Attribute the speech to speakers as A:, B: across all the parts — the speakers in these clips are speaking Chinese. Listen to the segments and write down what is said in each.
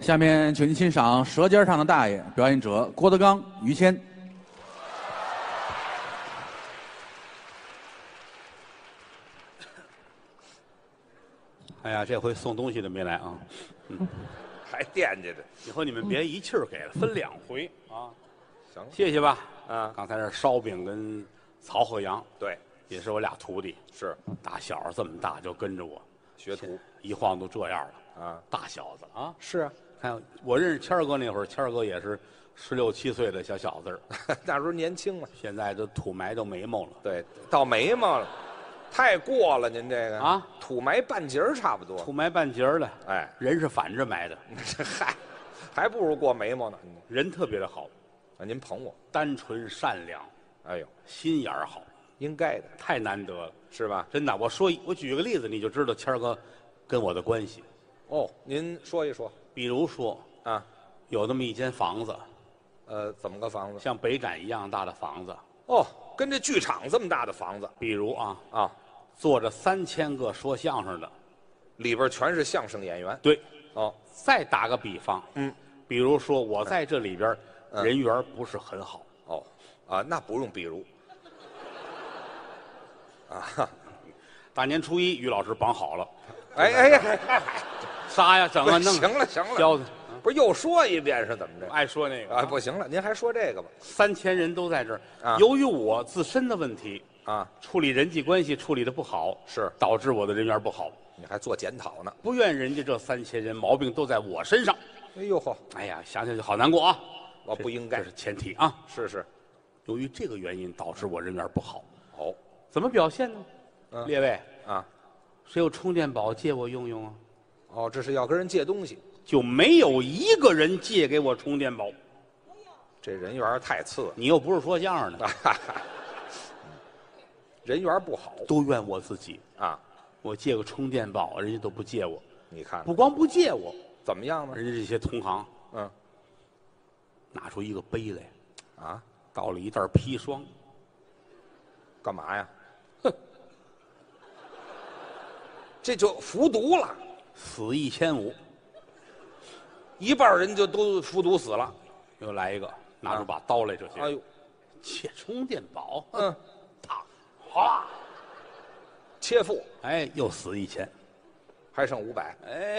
A: 下面，请您欣赏《舌尖上的大爷》，表演者郭德纲、于谦。
B: 哎呀，这回送东西的没来啊！
C: 还惦记着，
B: 以后你们别一气儿给了，分两回啊。
C: 行
B: 谢谢吧。
C: 啊
B: 刚才是烧饼跟曹鹤阳，
C: 对，
B: 也是我俩徒弟，
C: 是
B: 打小这么大就跟着我，
C: 学徒
B: 一晃都这样了，
C: 啊，
B: 大小子啊！
C: 是 啊，
B: 看我认识谦儿哥那会儿，谦儿哥也是十六七岁的小小子儿，
C: 那时候年轻嘛，
B: 现在都土埋到眉毛了。
C: 对，到眉毛了，太过了，您这个
B: 啊，
C: 土埋半截儿差不多，
B: 土埋半截儿了，
C: 哎，
B: 人是反着埋的，
C: 这 嗨，还不如过眉毛呢。嗯
B: 人特别的好，
C: 啊，您捧我，
B: 单纯善良，
C: 哎呦，
B: 心眼儿好，
C: 应该的，
B: 太难得了。
C: 是吧？
B: 真的，我说一我举个例子，你就知道谦儿哥跟我的关系。
C: 哦，您说一说
B: 比如说，
C: 啊，
B: 有那么一间房子，
C: 呃，怎么个房子？
B: 像北展一样大的房子，
C: 哦，跟这剧场这么大的房子
B: 比如啊，
C: 啊，
B: 坐着三千个说相声的，
C: 里边全是相声演员。
B: 对。
C: 哦，
B: 再打个比方，
C: 嗯，
B: 比如说我在这里边儿
C: 嗯
B: 人缘儿不是很好，
C: 哦，啊，那不用比如，
B: 大年初一于老师绑好了，
C: 哎哎呀，哎
B: 杀呀，整啊，弄啊，
C: 行了行了
B: 教的，
C: 不是又说一遍是怎么着？
B: 爱说那个
C: 啊，不行了，您还说这个吧？
B: 三千人都在这儿
C: 啊。
B: 由于我自身的问题，
C: 啊，
B: 处理人际关系处理的不好，
C: 是
B: 导致我的人缘不好，
C: 你还做检讨呢？
B: 不怨人家这三千人，毛病都在我身上。
C: 哎呦嚯，
B: 哎呀，想想就好难过啊！
C: 我
B: 这
C: 不应该
B: 这是前提啊。
C: 是是，
B: 由于这个原因导致我人缘不好，
C: 哦，
B: 怎么表现呢？
C: 嗯
B: 列位，
C: 啊，
B: 谁有充电宝借我用用啊？
C: 哦，这是要跟人借东西，
B: 就没有一个人借给我充电宝。
C: 这人缘儿太次了，啊
B: 你又不是说相声的，
C: 人缘儿不好
B: 都怨我自己。
C: 啊。
B: 我借个充电宝，人家都不借我，
C: 你看
B: 不光不借我，
C: 怎么样呢？
B: 人家这些同行
C: 嗯，
B: 拿出一个杯来，
C: 啊，
B: 倒了一袋砒霜，
C: 干嘛呀？这就服毒了，
B: 死一千五，
C: 一半儿人就都服毒死了。
B: 又来一个，拿出把刀来，这些、
C: 哎呦，
B: 借充电宝，
C: 嗯，
B: 啪，哗，
C: 切腹
B: 哎，又死一千，
C: 还剩五百，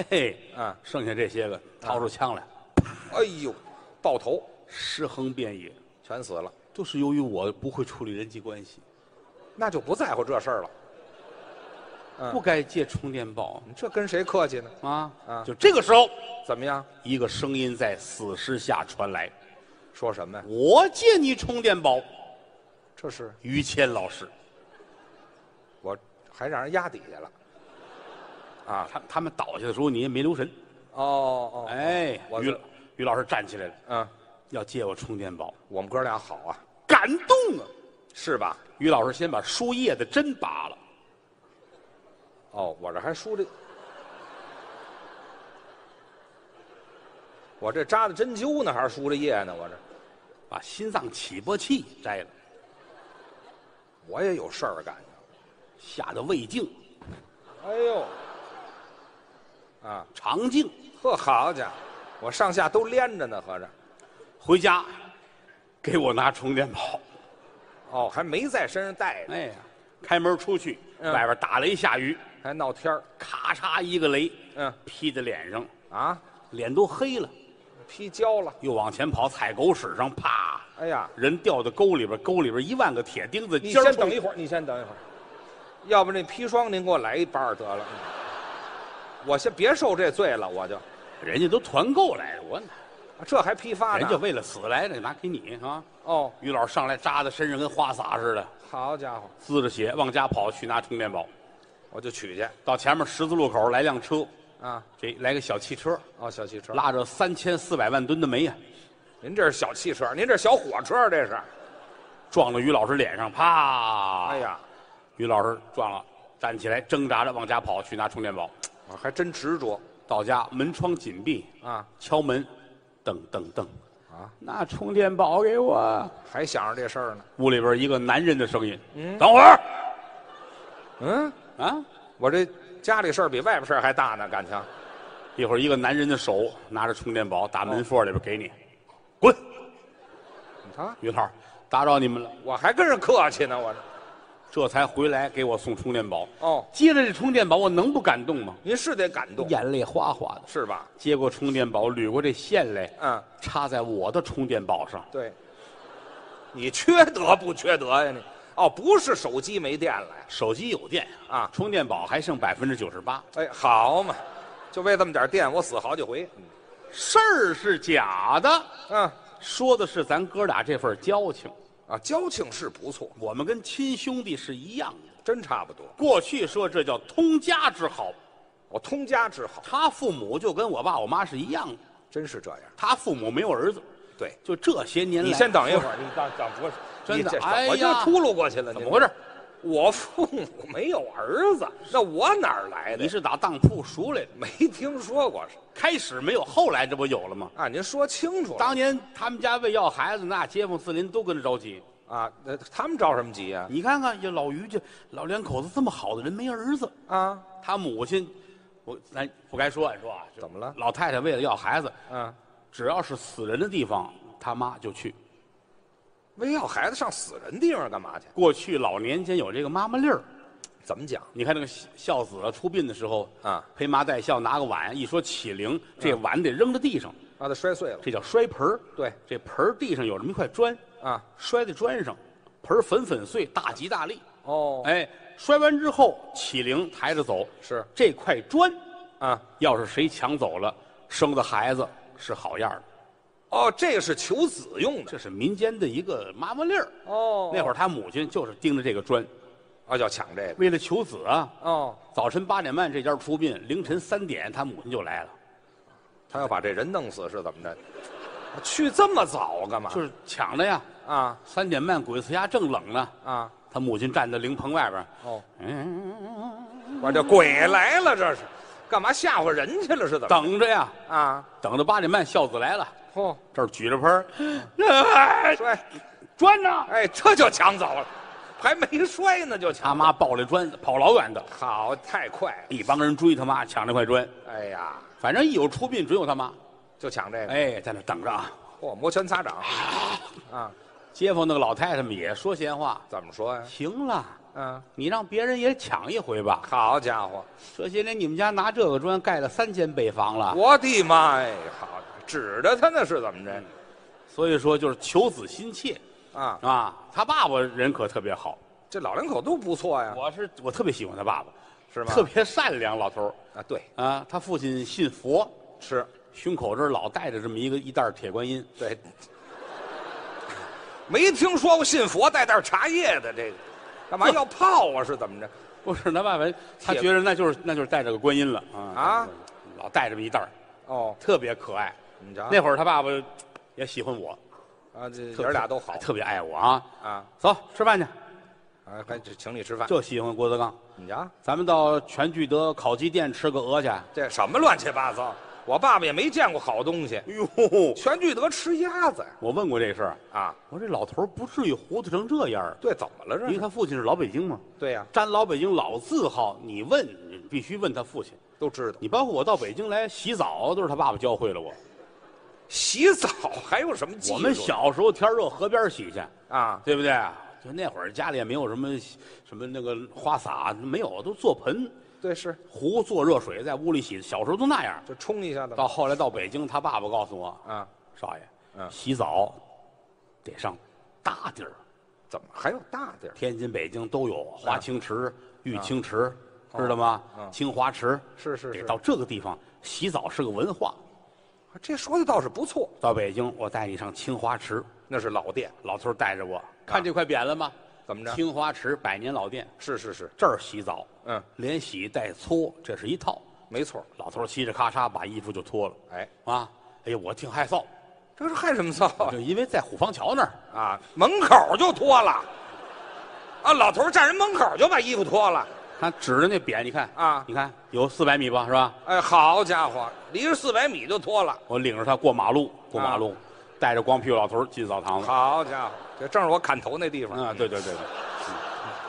B: 哎，
C: 嗯
B: 剩下这些个掏出枪来，
C: 哎呦，爆头
B: 尸横遍野，
C: 全死了，
B: 就是由于我不会处理人际关系，
C: 那就不在乎这事儿了。嗯
B: 不该借充电宝
C: 你这跟谁客气呢？
B: 啊！
C: 啊
B: 就这个时候，
C: 怎么样？
B: 一个声音在死尸下传来
C: 说什么：“呀？
B: 我借你充电宝。
C: 这是”
B: 于谦老师，
C: 我还让人压底下了。啊，
B: 他他们倒下的时候你也没留神，
C: 哦哦，
B: 哎，
C: 我
B: 于于老师站起来了，
C: 嗯，
B: 要借我充电宝，
C: 我们哥俩好啊，
B: 感动啊！
C: 是吧？
B: 于老师先把输液的针拔了，
C: 哦，我这还输这，我这扎的针灸呢，还是输着液呢？我这
B: 把心脏起搏器摘了，
C: 我也有事儿干呢。
B: 下的胃镜、
C: 哎呦，啊，
B: 肠镜，
C: 呵，好家伙，我上下都连着呢，合着。
B: 回家给我拿充电宝。
C: 哦，还没在身上带着，
B: 哎呀，开门出去，
C: 嗯
B: 外边打雷下雨，
C: 还闹天儿。
B: 咔嚓一个雷，
C: 嗯
B: 劈在脸上，
C: 啊，
B: 脸都黑了。
C: 劈焦了。
B: 又往前跑，踩狗屎上，啪，
C: 哎呀，
B: 人掉到沟里边，沟里边一万个铁钉子。
C: 你
B: 尖儿
C: 先
B: 冲
C: 等一会儿，你先等一会儿，要不那砒霜您给我来一半儿得了。我先别受这罪了，我就，啊
B: 人家都团购来的，我哪
C: 这还批发呢。
B: 人家为了死来的，拿给你啊。
C: 哦，
B: 于老师上来扎在身上跟花洒似的，
C: 好家伙，
B: 滋着血往家跑去拿充电宝。
C: 我就取去
B: 到前面十字路口来辆车，
C: 啊。
B: 这来个小汽车，
C: 哦，小汽车，
B: 拉着三千四百万吨的煤呀、啊
C: 您这是小汽车，您这是小火车，这是。
B: 撞到于老师脸上，啪！
C: 哎，呀，
B: 于老师撞了，站起来挣扎着往家跑去拿充电宝。
C: 我还真执着
B: 到家门窗紧闭，
C: 啊
B: 敲门，噔噔噔，
C: 啊，
B: 拿充电宝给我。
C: 还想着这事儿呢。
B: 屋里边一个男人的声音：“等会儿
C: 嗯，
B: 啊，
C: 我这家里事儿比外边事儿还大呢，感情。
B: 一会儿一个男人的手拿着充电宝打门缝里边给你，滚！
C: 哦你看，
B: 于老师打扰你们了，
C: 我还跟人客气呢，我这
B: 这才回来给我送充电宝。
C: 哦，
B: 接着这充电宝，我能不感动吗？
C: 您是得感动，
B: 眼泪哗哗的。
C: 是吧？
B: 接过充电宝，捋过这线来，
C: 嗯，
B: 插在我的充电宝上。
C: 对，你缺德不缺德呀你？哦，不是手机没电了呀？
B: 手机有电
C: 啊
B: 充电宝还剩百分之九十八。
C: 哎，好嘛，就为这么点电，我死好几回。
B: 事儿是假的，
C: 嗯，
B: 说的是咱哥俩这份交情，
C: 啊，交情是不错，
B: 我们跟亲兄弟是一样的。
C: 真差不多。
B: 过去说这叫通家之好，
C: 我通家之好，
B: 他父母就跟我爸我妈是一样的，
C: 真是这样。
B: 他父母没有儿子，
C: 对，
B: 就这些年来，
C: 你先等一会儿，你等等不是，
B: 真的
C: 你这
B: 哎
C: 我就
B: 呀
C: 秃噜过去了，
B: 怎么回事？
C: 我父母没有儿子，那我哪儿来的？
B: 你是打当铺赎来的，
C: 没听说过是？
B: 开始没有，后来这不有了吗？
C: 啊，您说清楚了
B: 当年他们家为要孩子，那街坊四邻都跟着着急。
C: 啊，那他们着什么急呀、
B: 你看看，这老于这老两口子这么好的人，没儿子，
C: 啊？啊，
B: 他母亲，我咱不该说，俺说啊，就
C: 怎么了
B: 老太太为了要孩子，
C: 嗯，
B: 只要是死人的地方，他妈就去。
C: 为要孩子上死人地方干嘛去？
B: 过去老年间有这个妈妈粒儿，
C: 怎么讲？
B: 你看那个孝孝子啊出殡的时候
C: 啊，
B: 陪麻带孝拿个碗，一说起灵，这碗得扔到地上，
C: 啊，他摔碎了。
B: 这叫摔盆儿。
C: 对，
B: 这盆儿地上有这么一块砖，
C: 啊，
B: 摔在砖上，盆儿粉粉碎，大吉大利。
C: 哦，
B: 哎，摔完之后起灵抬着走，
C: 是
B: 这块砖，
C: 啊，
B: 要是谁抢走了，生的孩子是好样儿的。
C: 哦，这是求子用的。
B: 这是民间的一个妈妈粒儿。
C: 哦
B: 那会儿他母亲就是盯着这个砖，
C: 啊，要抢这个。
B: 为了求子啊，
C: 哦，
B: 早晨八点半这家出殡，凌晨三点他母亲就来了，
C: 他要把这人弄死是怎么着？去这么早干嘛？
B: 就是抢着呀。
C: 啊
B: 三点半鬼子家正冷呢，
C: 啊，
B: 他母亲站在灵棚外边，
C: 哦，
B: 嗯，
C: 我这鬼来了，这是干嘛吓唬人去了？是怎么着？
B: 等着呀，
C: 啊，
B: 等着八点半孝子来了，
C: 嚯，
B: 这儿举着盆儿，哎
C: 摔，
B: 砖呢？
C: 哎，这就抢走了，还没摔呢就
B: 他
C: 抢。
B: 妈抱着砖跑老远的，
C: 好，太快了。
B: 一帮人追他妈抢这块砖，
C: 哎呀，
B: 反正一有出殡准有他妈。
C: 就抢这个。
B: 哎，在那等着啊。
C: 嚯，摩拳擦掌。啊，
B: 街坊那个老太太们也说闲话，
C: 怎么说呀？
B: 行了，
C: 嗯，
B: 你让别人也抢一回吧。
C: 好家伙，
B: 这些年你们家拿这个砖盖了三间北房了，
C: 我的妈呀！好，指着他那是怎么着？
B: 所以说就是求子心切
C: 啊，
B: 啊。他爸爸人可特别好，
C: 这老两口都不错呀，
B: 我是我特别喜欢他爸爸，
C: 是吗？
B: 特别善良老头儿
C: 啊，对，
B: 啊。他父亲信佛，
C: 是，
B: 胸口这儿老带着这么一个一袋儿铁观音，
C: 对。 没听说过信佛带袋茶叶的这个，干嘛要泡啊？是怎么着？
B: 不是他爸爸，他
C: 铁
B: 觉得那就是那就是带着个观音了啊
C: 啊，
B: 老带这么一袋儿，
C: 哦，
B: 特别可爱。
C: 你瞧，
B: 那会儿他爸爸也喜欢我，
C: 啊，这
B: 特
C: 啊爷俩都好
B: 特别爱我啊。
C: 啊，
B: 走，吃饭去，
C: 啊，还请你吃饭。
B: 就喜欢郭德纲。
C: 你瞧，
B: 咱们到全聚德烤鸡店吃个鹅去。哎
C: 这什么乱七八糟？我爸爸也没见过好东西。
B: 呦，
C: 全聚德吃鸭子呀
B: 我问过这事儿，
C: 啊？
B: 我说这老头儿不至于糊涂成这样儿。
C: 对，怎么了这
B: 因为
C: 是？啊
B: 他父亲是老北京嘛，
C: 对呀，
B: 沾老北京老字号，你问你必须问他父亲。
C: 都知道。
B: 你包括我到北京来洗澡，都是他爸爸教会了我。
C: 洗澡还有什么啊技术？
B: 我们小时候天热河边儿洗去，
C: 啊，
B: 对不对？就那会儿家里也没有什么什么那个花洒，没有，都坐盆
C: 对，是
B: 壶做热水，在屋里洗。小时候都那样。
C: 就冲一下子嘛
B: 到后来到北京，他爸爸告诉我，
C: 啊？
B: 少爷，
C: 嗯
B: 洗澡得上大地儿，
C: 怎么还有大地儿？
B: 天津、北京都有华清池、玉清池，知道吗？
C: 嗯
B: 清华池
C: 是是
B: 得
C: 是
B: 到这个地方洗澡是个文化。
C: 这说的倒是不错，
B: 到北京，我带你上清华池，
C: 那是老店。
B: 老头儿带着我看这块匾了吗？
C: 啊怎么着
B: 清华池百年老店，
C: 是是是，
B: 这儿洗澡，
C: 嗯，
B: 连洗带搓，这是一套。
C: 没错。
B: 老头儿嘁哩咔嚓把衣服就脱了，
C: 哎，
B: 啊，哎呀，我挺害臊，
C: 这是害什么臊啊
B: 就因为在虎坊桥那儿。
C: 啊？门口就脱了，啊，老头儿站人门口就把衣服脱了。
B: 他指着那匾，你看
C: 啊
B: 你看有四百米吧，是吧？
C: 哎，好家伙，离着四百米就脱了。
B: 我领着他过马路，过马路，带着光屁股老头儿进澡堂子。
C: 啊
B: 啊
C: 好家伙，这正是我 砍头那地方。
B: 啊，对对对对，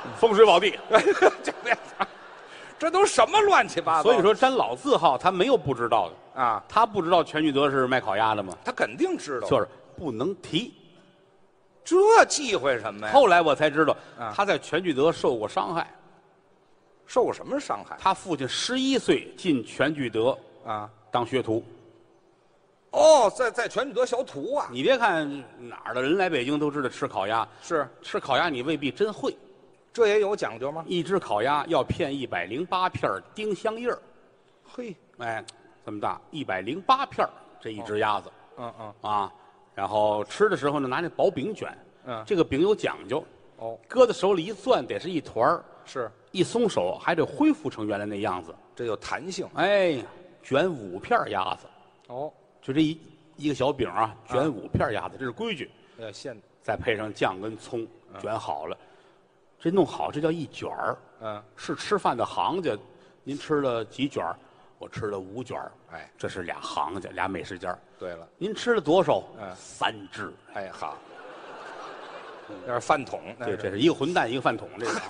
B: 嗯风水宝地，
C: 哎，这别这都什么乱七八糟？
B: 所以说沾老字号，他没有不知道的。
C: 啊，
B: 他不知道全聚德是卖烤鸭的吗？
C: 他肯定知道，
B: 就是不能提。
C: 这忌讳什么呀？
B: 后来我才知道
C: 哎啊，
B: 他在全聚德受过伤害。
C: 受什么伤害
B: 他父亲十一岁进全聚德
C: 啊？
B: 当学徒。
C: 哦，在在全聚德学徒啊，
B: 你别看哪儿的人来北京都知道吃烤鸭，
C: 是
B: 吃烤鸭你未必真会。
C: 这也有讲究吗？
B: 一只烤鸭要片一百零八片儿丁香叶儿，
C: 嘿，
B: 哎，这么大，一百零八片儿这一只鸭子、
C: 嗯嗯，
B: 啊。然后吃的时候呢，拿那薄饼卷，
C: 嗯
B: 这个饼有讲究，
C: 哦，
B: 搁在手里一攥得是一团儿，
C: 是，
B: 一松手还得恢复成原来那样子。
C: 这有弹性啊
B: 哎，卷五片儿鸭子，
C: 哦，
B: 就这一一个小饼啊，卷五片儿鸭子，这是规矩。
C: 要现，
B: 再配上酱跟葱，
C: 啊
B: 卷好了，这弄好这叫一卷儿，
C: 嗯，
B: 是吃饭的行家。您吃了几卷儿？我吃了五卷儿。
C: 哎，
B: 这是俩行家，俩美食家。
C: 对了，
B: 您吃了多少？
C: 嗯
B: 三只。
C: 哎好，那是饭桶，那
B: 对，
C: 是
B: 这是一个混蛋，一个饭桶。 这个啊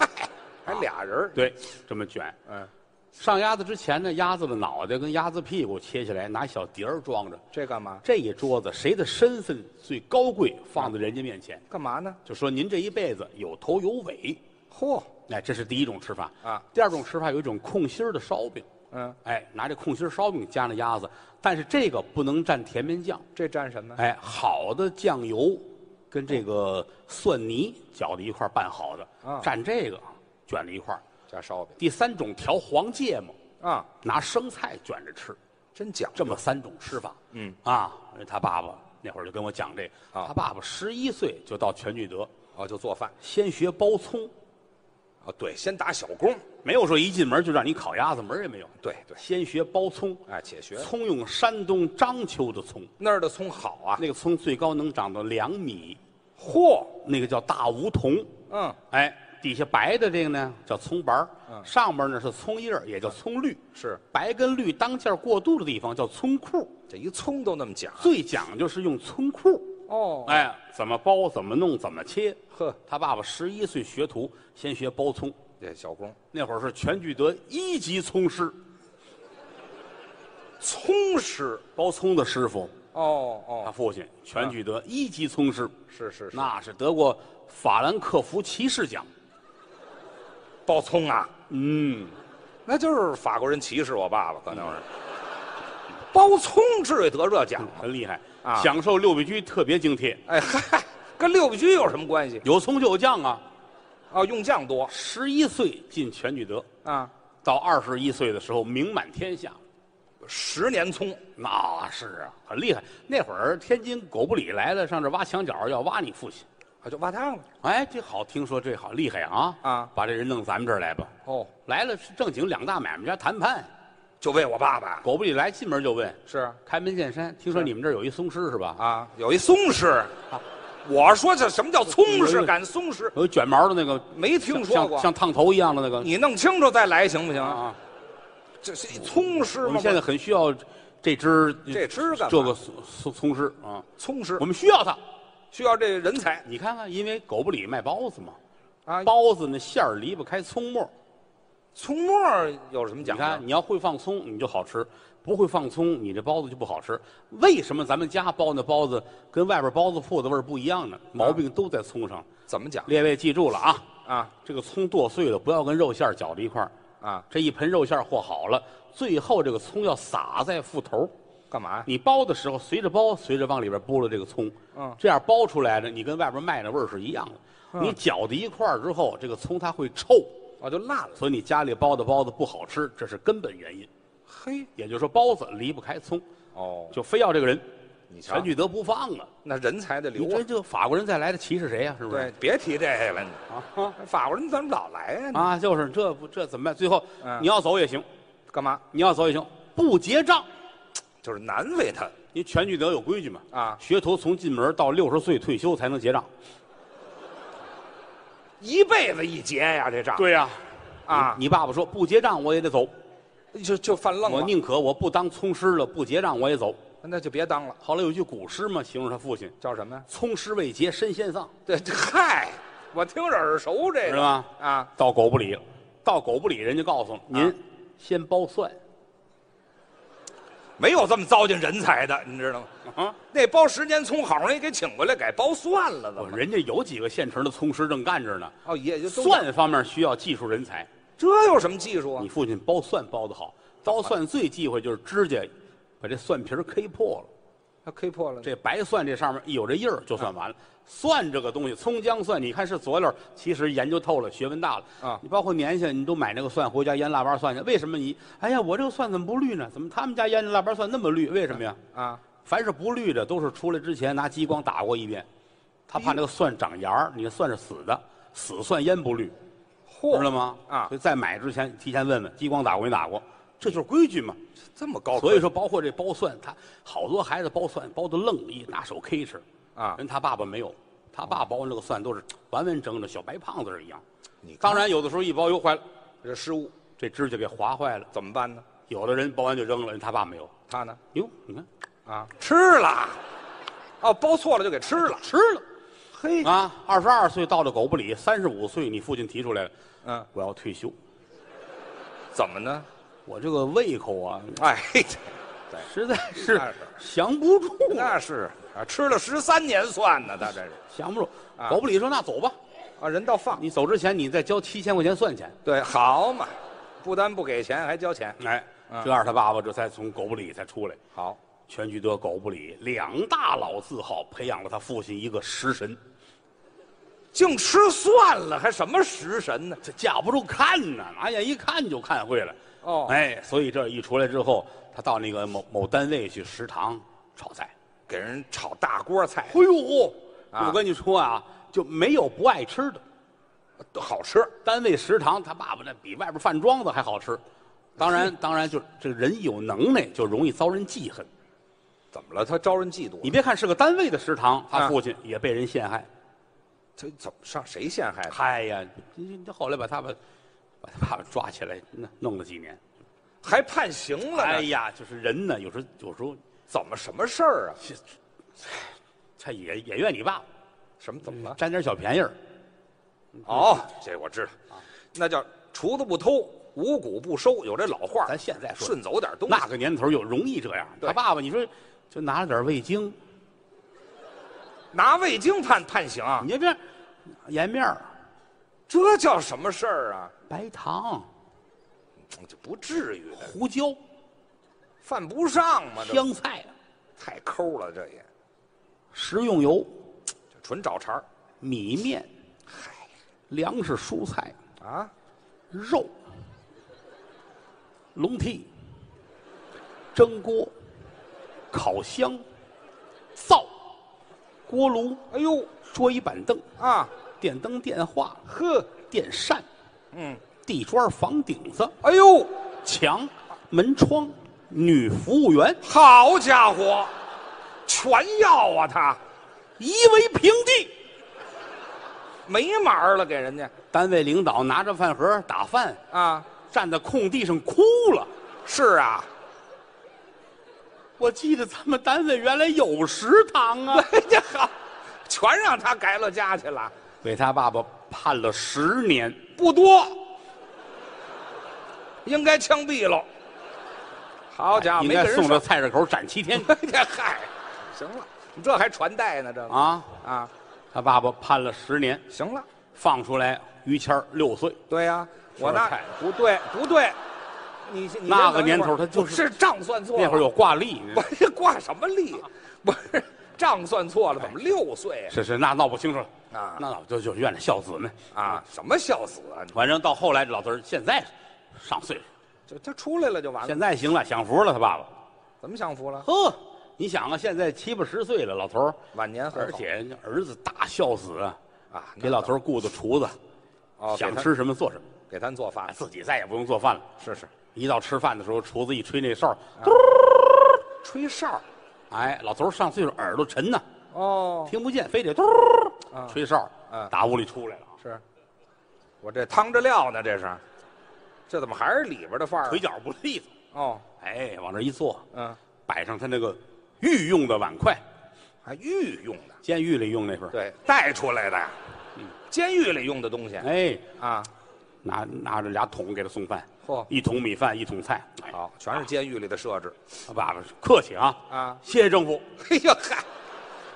C: 还俩人儿，
B: 对，这么卷。
C: 嗯，
B: 上鸭子之前呢，鸭子的脑袋跟鸭子屁股切下来，拿小碟儿装着。
C: 这干嘛？
B: 这一桌子谁的身份最高贵，放在人家面前，
C: 干嘛呢？
B: 就说您这一辈子有头有尾。
C: 嚯，
B: 哎，这是第一种吃法
C: 啊
B: 第二种吃法有一种空心儿的烧饼，
C: 嗯，
B: 哎，拿这空心儿烧饼夹那鸭子，但是这个不能蘸甜面酱，
C: 这蘸什么？
B: 哎，好的酱油跟这个蒜泥搅在一块儿拌好的，
C: 啊
B: 蘸这个卷在一块儿。
C: 加烧饼
B: 第三种调黄芥末，
C: 啊，
B: 拿生菜卷着吃，
C: 真讲
B: 这
C: 究
B: 么三种吃法。
C: 嗯
B: 啊，他爸爸那会儿就跟我讲这个，
C: 啊
B: 他爸爸十一岁就到全聚德，
C: 哦，就做饭
B: 先学包葱，
C: 哦，对，先打小工，
B: 没有说一进门就让你烤鸭子，门儿也没有。
C: 对对，
B: 先学包葱，
C: 哎，且学
B: 葱用山东章丘的葱，
C: 那儿的葱好啊，
B: 那个葱最高能长到两米，
C: 嚯，
B: 那个叫大梧桐。
C: 嗯，
B: 哎，底下白的这个呢叫葱白儿，上边呢是葱叶儿，也叫葱绿。
C: 是
B: 白跟绿当间过渡的地方叫葱库，
C: 这一葱都那么讲
B: 最讲究是用葱库。
C: 哦，
B: 哎，怎么包，怎么弄，怎么切。
C: 呵，
B: 他爸爸十一岁学徒，先学包葱，
C: 这小工
B: 那会儿是全聚德一级葱师，
C: 葱师
B: 包葱的师傅，
C: 哦
B: 他
C: 哦，
B: 父亲全聚德一级葱师。
C: 是是是，
B: 那是得过法兰克福骑士奖。
C: 包葱啊，
B: 嗯，
C: 那就是法国人歧视我爸爸，可能是包葱至于得这奖吗？
B: 很厉害
C: 啊
B: 享受六必居特别津贴，
C: 哎嗨，跟六必居有什么关系
B: 有葱就有酱啊。
C: 啊？用酱多
B: 十一岁进全聚德，
C: 啊，
B: 到二十一岁的时候名满天下，
C: 十年葱
B: 那是啊，很厉害。那会儿天津狗不理来了，上这挖墙角要挖你父亲。
C: 啊，就挖烫了
B: 哎，这好，听说这好厉害啊！
C: 啊
B: 把这人弄咱们这儿来吧。
C: 哦，
B: 来了是正经两大买卖家谈判，
C: 就为我爸爸
B: 狗不理来进门就问，
C: 是
B: 开门见山，听说你们这儿有一松狮是吧？
C: 啊，有一松狮，
B: 啊
C: 我说这什么叫葱狮？敢松狮？
B: 有卷毛的那个
C: 没 听说过
B: 像，像烫头一样的那个
C: 你弄清楚再来行不行？
B: 啊。
C: 这是一葱师
B: 我
C: 吗
B: 们？现在很需要这只
C: 这只干嘛
B: 这个松松松狮啊，
C: 葱师
B: 我们需要它。
C: 需要这人才
B: 你看看，因为狗不理卖包子嘛，
C: 啊。
B: 包子那馅儿离不开葱末儿。
C: 葱末儿有什么
B: 你
C: 讲
B: 看，
C: 究？
B: 你要会放葱，你就好吃；不会放葱，你这包子就不好吃。为什么咱们家包那包子跟外边包子铺的味儿不一样呢？毛病都在葱上。
C: 怎么讲
B: 列位记住了啊，
C: 啊
B: 这个葱剁碎了，不要跟肉馅儿搅在一块儿。
C: 啊？
B: 这一盆肉馅儿和好了，最后这个葱要撒在腹头儿。
C: 干嘛呀？
B: 你包的时候，随着包，随着往里边拨了这个葱，
C: 嗯
B: 这样包出来的，你跟外边卖的味儿是一样的。你搅在一块儿之后，这个葱它会臭，
C: 哦，就辣了。
B: 所以你家里包的包子不好吃，这是根本原因。
C: 嘿，
B: 也就是说，包子离不开葱，
C: 哦，
B: 就非要这个人，
C: 你瞧
B: 全，聚德不放啊！
C: 那人才得
B: 你
C: 留
B: 这
C: 啊。
B: 这法国人再来的歧视谁呀、是不
C: 对
B: 是？，
C: 别提这个了。你
B: 啊
C: 法国人怎么老来呀？你
B: 啊，就是这不这怎么办？最后、
C: 嗯
B: 你要走也行，
C: 干嘛？
B: 你要走也行，不结账。
C: 就是难为他
B: 因为全聚德有规矩嘛，
C: 啊！
B: 学徒从进门到六十岁退休才能结账。
C: 一辈子一结呀，这账
B: 对呀、
C: 啊，
B: 你爸爸说不结账我也得走，
C: 就就犯愣
B: 我
C: 了。
B: 宁可我不当葱师了，不结账我也走。
C: 那就别当了，
B: 后来有一句古诗嘛，形容他父亲
C: 叫什么
B: “
C: 呀？
B: 葱师未结身先丧
C: 对，这嗨，我听着耳熟”，这
B: 是
C: 个
B: 吧？
C: 啊，
B: 到狗不理了，到狗不理，人家告诉您、
C: 啊
B: 先剥蒜
C: 没有这么糟践人才的，你知道吗？
B: 啊！
C: 那包十年葱好不容易给请回来，改包蒜了，怎
B: 我
C: 么？
B: 啊人家有几个现成的葱师正干着呢。
C: 哦，也就都，
B: 蒜方面需要技术人才，
C: 这有什么技术啊
B: 你？父亲剥蒜剥得
C: 啊
B: 好，刀蒜最忌讳就是指甲把这蒜皮儿 K 破了。
C: 他 K 破了，
B: 这白蒜这上面一有这印儿，就算完
C: 啊
B: 了。蒜这个东西，葱姜蒜，你看是佐料，其实研究透了，学问大了
C: 啊
B: 你包括年下，你都买那个蒜回家腌腊八蒜去，为什么你？哎呀，我这个蒜怎么不绿呢？怎么他们家腌的腊八蒜那么绿？为什么呀？
C: 啊，
B: 凡是不绿的，都是出来之前拿激光打过一遍，他怕那个蒜长芽儿。你看蒜是死的，死蒜腌不绿，
C: 嚯，
B: 知道吗？
C: 啊
B: 所以在买之前提前问问，激光打过没打过？这就是规矩嘛。
C: 这么高科技，
B: 所以说，包括这剥蒜，他好多孩子剥蒜剥的愣一拿手 K 吃
C: 啊
B: 人他爸爸没有，他爸剥那个蒜都是完完整整小白胖子儿一样。
C: 你看
B: 当然，有的时候一剥又坏了，
C: 这失误
B: 这指甲给划坏了。
C: 怎么办呢？
B: 有的人剥完就扔了，人他爸没有。
C: 他呢？
B: 哟，你看
C: 啊，吃了，哦，包错了就给吃了，
B: 吃了
C: 嘿，
B: 啊！二十二岁到了狗不理，三十五岁你父亲提出来了，
C: 嗯，
B: 我要退休，
C: 怎么呢？
B: 我这个胃口啊，
C: 哎，嘿
B: 实在是
C: 那是
B: 降不住，
C: 那是啊，吃了十三年蒜呢，他这是
B: 降不住
C: 啊。
B: 狗不理说：“那走吧，
C: 啊，人到放，
B: 你走之前你再交七千块钱蒜钱。”
C: 对，好嘛，不单不给钱，还交钱，
B: 哎
C: 嗯，
B: 这样他爸爸这才从狗不理才出来。
C: 好，
B: 全聚德、狗不理两大老字号培养了他父亲一个食神，
C: 净吃蒜了，还什么食神呢？
B: 这架不住看呢，拿眼一看就看会了。
C: 哦
B: 哎，所以这一出来之后，他到那个某某单位去食堂炒菜。
C: 给人炒大锅菜，
B: 哎呦嚯！
C: 啊
B: 我跟你说啊，就没有不爱吃的。
C: 好吃，
B: 单位食堂他爸爸那比外边饭庄子还好吃，当 然当然就这人有能耐就容易遭人记恨。
C: 怎么了？他招人嫉妒
B: 你
C: 了，
B: 别看是个单位的食堂，
C: 啊
B: 他父亲也被人陷害。
C: 他怎么上谁陷害他？
B: 嗨呀，这这后来把他爸把他爸爸抓起来，那弄了几年。
C: 还判刑了呢？
B: 哎呀，就是人呢，有时候有时候
C: 怎么什么事儿啊？
B: 这他也也怨你爸
C: 什么怎么了？
B: 占点小便宜儿。
C: 哦，这我知道，那叫厨子不偷，五谷不收，有这老话儿。
B: 咱现在说
C: 顺走点东西，
B: 那个年头有容易这样，
C: 对
B: 他爸爸你说就拿了点味精，
C: 拿味精判判刑，啊
B: 你就这样盐面儿
C: 这叫什么事儿啊？
B: 白糖、
C: 这不至于的，
B: 胡椒、
C: 犯不上嘛，这
B: 香菜、
C: 太抠了，这也
B: 食用油、
C: 这纯找茬儿
B: 米面、粮食、蔬菜、
C: 啊！
B: 肉、笼屉、蒸锅、烤箱、灶、锅炉、
C: 哎呦
B: 桌椅板凳、
C: 啊
B: 电灯、电话、
C: 呵，
B: 电扇、
C: 嗯，
B: 地砖、房顶子、
C: 哎呦，
B: 墙、门窗、女服务员，
C: 好家伙，全要啊他，
B: 夷为平地。
C: 没门儿了，给人家
B: 单位领导拿着饭盒打饭，
C: 啊！
B: 站在空地上哭了。
C: 是啊，
B: 我记得咱们单位原来有食堂啊，
C: 哎呀好，全让他改了家去了，
B: 为他爸爸判了十年。
C: 不多，应该枪毙了。好家伙，
B: 应
C: 没给
B: 该
C: 人
B: 送到
C: 上
B: 菜市口斩七天
C: 哎呀嗨，行了，你这还传代呢，这个
B: 啊！
C: 啊，
B: 他爸爸判了十年，
C: 行了，
B: 放出来于谦儿六岁，
C: 对呀、
B: 说
C: 我
B: 得
C: 那
B: 太
C: 不对不对，你你这
B: 那个
C: 等一
B: 年
C: 会儿
B: 头他就是
C: 我是账算错了，
B: 那会儿有挂历，
C: 不是挂什么历，不是账算错了，怎么六岁
B: 是是，那闹不清楚了
C: 啊
B: 那老就就怨了孝子们
C: 啊？啊，什么孝子啊，
B: 反正到后来，这老头儿现在上岁数，
C: 就他出来了就完了，
B: 现在行了，享福了他爸爸。
C: 怎么享福了？
B: 啊呵，你想啊，现在七八十岁了，老头儿，
C: 晚年很好
B: 而且儿子大孝子啊，
C: 啊那
B: 给老头儿雇的厨子，
C: 哦，
B: 想
C: 给他
B: 吃什么做什么，
C: 给他做
B: 啊
C: 饭，
B: 自己再也不用做饭了。
C: 是啊是，
B: 一到吃饭的时候，厨子一吹那哨儿，
C: 吹哨
B: 哎，老头儿上岁数耳朵沉呐，
C: 哦，
B: 听不见，非得嘟
C: 啊
B: 吹哨
C: 啊，
B: 打屋里出来了，
C: 是，我这趟着料呢，这是，这怎么还是里边的范儿啊
B: 腿？脚不利索，
C: 哦，
B: 哎，往那一坐，
C: 嗯，
B: 摆上他那个御用的碗筷，
C: 还御用的，
B: 监狱里用那份儿，
C: 嗯对，带出来的，监狱里用的东西，
B: 哎，
C: 啊，
B: 拿拿着俩桶给他送饭，
C: 嚯
B: 一桶米饭，一桶菜。哎
C: 好，全是监狱里的设置。
B: 他爸爸客气啊，
C: 啊
B: 谢谢政府。
C: 哎呀，嗨，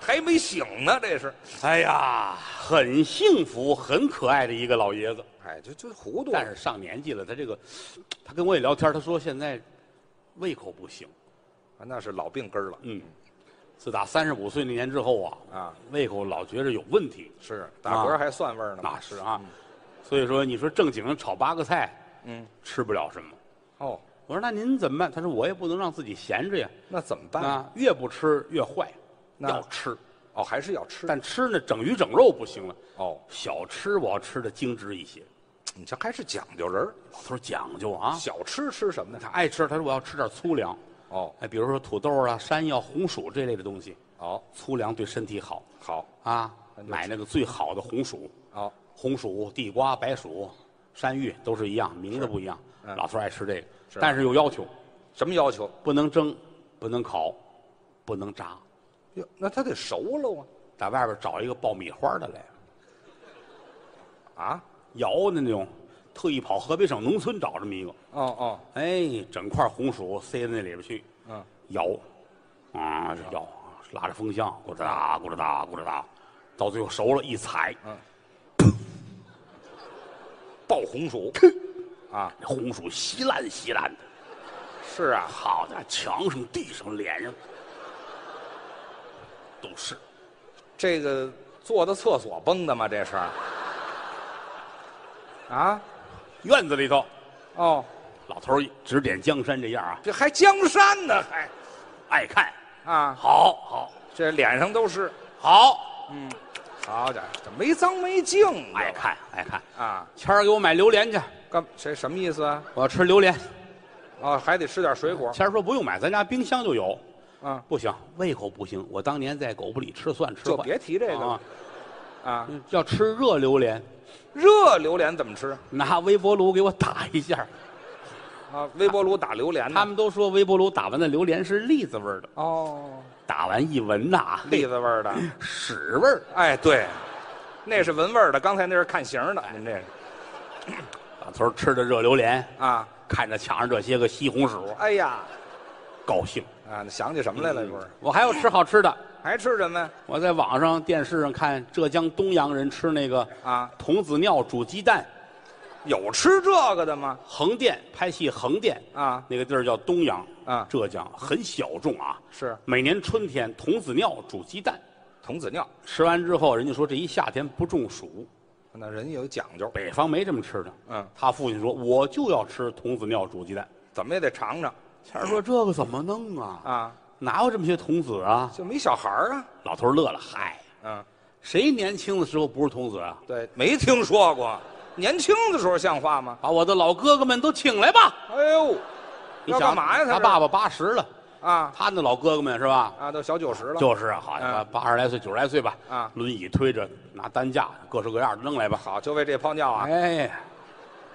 C: 还没醒呢，这是。
B: 哎呀，很幸福，很可爱的一个老爷子，
C: 哎，就就糊涂。
B: 但是上年纪了，他这个，他跟我也聊天，他说现在胃口不行，
C: 啊那是老病根儿了。
B: 嗯，自打三十五岁那年之后啊，
C: 啊，
B: 胃口老觉着有问题，
C: 是打嗝还蒜味儿呢嗯吗。
B: 啊那是啊，所以说你说正经炒八个菜，
C: 嗯，
B: 吃不了什么。
C: 哦，
B: 我说那您怎么办？他说我也不能让自己闲着呀，
C: 那怎么办？
B: 啊，越不吃越坏，
C: 那
B: 要吃，
C: 哦，还是要吃。
B: 但吃呢整鱼整肉不行了，
C: 哦，
B: 小吃我要吃的精致一些。
C: 你这还是讲究人儿。
B: 老头儿讲究啊，
C: 小吃吃什么呢？
B: 他爱吃，他说我要吃点粗粮，
C: 哦
B: 哎，比如说土豆啊、山药、红薯这类的东西，
C: 哦，
B: 粗粮对身体好
C: 好
B: 啊。
C: 那就
B: 买那个最好的红薯，
C: 哦，
B: 红薯、地瓜、白薯、山芋都是一样，名字不一样。
C: 嗯
B: 老头儿爱吃这个，
C: 是
B: 但是有要求，
C: 什么要求？
B: 不能蒸，不能烤，不能炸，
C: 哟，那他得熟喽
B: 在外边找一个爆米花的来，
C: 啊！啊，
B: 摇的那种，特意跑河北省农村找这么一个，
C: 哦哦，
B: 哎，整块红薯塞到那里边去，
C: 嗯，
B: 摇，啊，是摇，拉着风箱，咕噜哒，咕噜哒，咕噜哒，到最后熟了，一踩，
C: 嗯爆 红薯啊，
B: 那红薯稀烂稀烂的，
C: 是啊，
B: 好家伙，墙上、地上、脸上都是。
C: 这个坐到厕所崩的吗？这是？ 啊，
B: 院子里头，
C: 哦，
B: 老头儿指点江山这样啊，
C: 这还江山呢，还
B: 爱看，
C: 啊，
B: 好，好，
C: 这脸上都是。
B: 好，
C: 好家伙，这没脏没净的
B: 爱看，爱看。
C: 啊！
B: 谦儿给我买榴莲去，
C: 干这什么意思啊？
B: 我要吃榴莲。
C: 哦，还得吃点水果
B: 谦儿说不用买，咱家冰箱就有。
C: 啊
B: 不行，胃口不行。我当年在狗不理吃蒜吃坏，
C: 就别提这个了
B: 啊
C: 啊！
B: 嗯要吃热榴莲，
C: 热榴莲怎么吃
B: 拿微波炉给我打一下。
C: 啊？微波炉打榴莲呢？
B: 他们都说微波炉打完的榴莲是栗子味儿的，
C: 哦，
B: 打完一闻呐，
C: 栗子味儿的。
B: 屎味儿。
C: 哎，对，那是闻味儿的，刚才那是看形儿的。您这是
B: 老头儿吃着热榴莲，
C: 啊？
B: 看着墙上这些个西红柿，
C: 哎呀
B: 高兴。
C: 啊！你想起什么来了？一会儿
B: 我还要吃好吃的。
C: 还吃什么呀？
B: 我在网上、电视上看浙江东阳人吃那个
C: 啊
B: 童子尿煮鸡蛋，
C: 有吃这个的吗？
B: 横店拍戏，横店
C: 啊
B: 那个地儿叫东阳
C: 啊
B: 浙江很小众啊。
C: 是
B: 每年春天童子尿煮鸡蛋，
C: 童子尿，
B: 吃完之后，人家说这一夏天不中暑，
C: 那人有讲究，
B: 北方没这么吃的。
C: 嗯，
B: 他父亲说我就要吃童子尿煮鸡蛋。
C: 怎么也得尝尝
B: 谦儿说这个怎么弄啊？
C: 啊！
B: 哪有这么些童子啊？
C: 就没小孩儿啊？
B: 老头儿乐了，嗨，
C: 嗯，
B: 谁年轻的时候不是童子啊？
C: 对，没听说过。年轻的时候像话吗？
B: 把我的老哥哥们都请来吧。
C: 哎呦，
B: 你
C: 要
B: 想
C: 干嘛呀？
B: 他
C: 是
B: 爸爸八十了，
C: 啊
B: 他那老哥哥们是吧？
C: 啊，都小九十了，
B: 就是啊，好
C: 嗯
B: 像八十来岁、九十来岁吧，
C: 啊
B: 轮椅推着，拿担架，各式各样的扔来吧。
C: 好，就为这泡尿啊
B: 哎，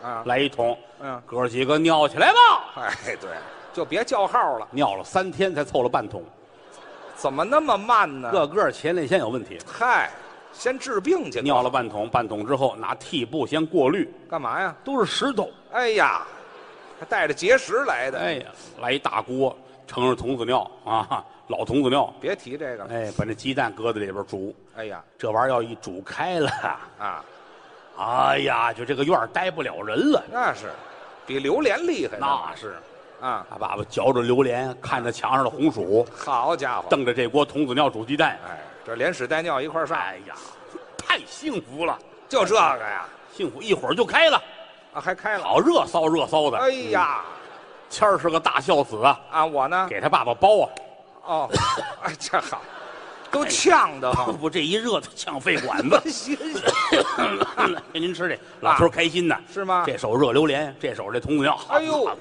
C: 啊！
B: 来一桶，
C: 嗯
B: 哥儿几个尿起来吧。
C: 哎，对，就别叫号了，
B: 尿了三天才凑了半桶，
C: 怎么那么慢呢？
B: 个个前列腺有问题，
C: 嗨，先治病去，
B: 尿了半桶，半桶之后拿屉布先过滤，
C: 干嘛呀？
B: 都是石头。
C: 哎呀，还带着结石来的，
B: 哎呀，来一大锅，盛着童子尿啊，老童子尿。
C: 别提这个了。
B: 哎，把那鸡蛋搁在里边煮，
C: 哎呀
B: 这玩意儿要一煮开了，
C: 啊，
B: 哎呀，就这个院儿待不了人了。
C: 那是比榴莲厉害呢
B: 那是，
C: 啊！
B: 他爸爸嚼着榴莲，看着墙上的红薯，
C: 好家伙，
B: 瞪着这锅童子尿煮鸡蛋，
C: 哎，这连屎带尿一块儿上，
B: 哎呀，太幸福了，
C: 就这个呀
B: 幸福一会儿就开了，
C: 啊，还开了。
B: 好热骚热骚的。嗯
C: 哎，呀
B: 谦儿是个大孝子啊，
C: 啊，我呢？
B: 给他爸爸包啊，
C: 哦，哎，这好，都呛得
B: 要
C: 慌。。
B: 不这一热他呛肺管 子
C: 新鲜
B: 给您吃这，啊老头儿开心呐，
C: 是吗
B: 这手热榴莲，这手这啊童子尿，
C: 哎 呦，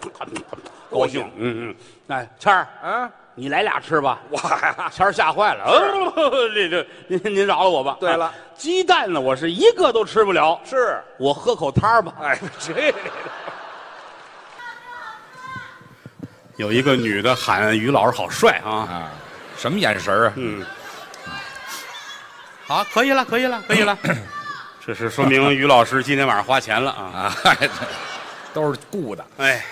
B: 高兴，嗯嗯，哎，谦儿，
C: 啊！
B: 你来俩吃吧，
C: 我呀，
B: 谦儿吓坏了，呃，这这您您饶了我吧。
C: 对了
B: 啊鸡蛋呢，我是一个都吃不了，
C: 是，
B: 我喝口汤儿吧。
C: 哎， 这
B: 有一个女的喊于老师好帅啊，
D: 啊，什
C: 嗯
D: 么眼神儿啊？
B: 好，可以了，可以了，可以了。这是说明于老师今天晚上花钱了啊！
C: 啊， 嗨这都是雇的，
B: 哎，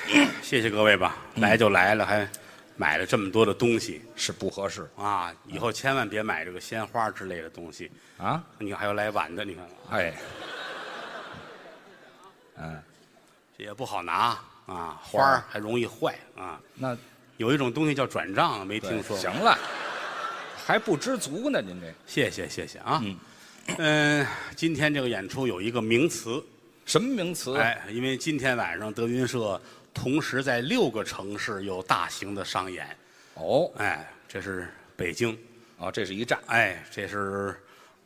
B: 谢谢各位吧，来就来了，还买了这么多的东西
C: 是不合适
B: 啊！以后千万别买这个鲜花之类的东西。
C: 啊。
B: 你看还有来晚的，你看
C: 哎，
B: 这也不好拿啊，花儿还容易坏啊。
C: 那
B: 有一种东西叫转账，没
C: 对
B: 听说过。
C: 行了，还不知足呢，您这
B: 谢谢谢谢啊。嗯，今天这个演出有一个名词，
C: 什么名词？啊
B: 哎，因为今天晚上德云社同时在六个城市有大型的上演，
C: 哦，
B: 哎，这是北京，
C: 哦，这是一站，
B: 哎，这是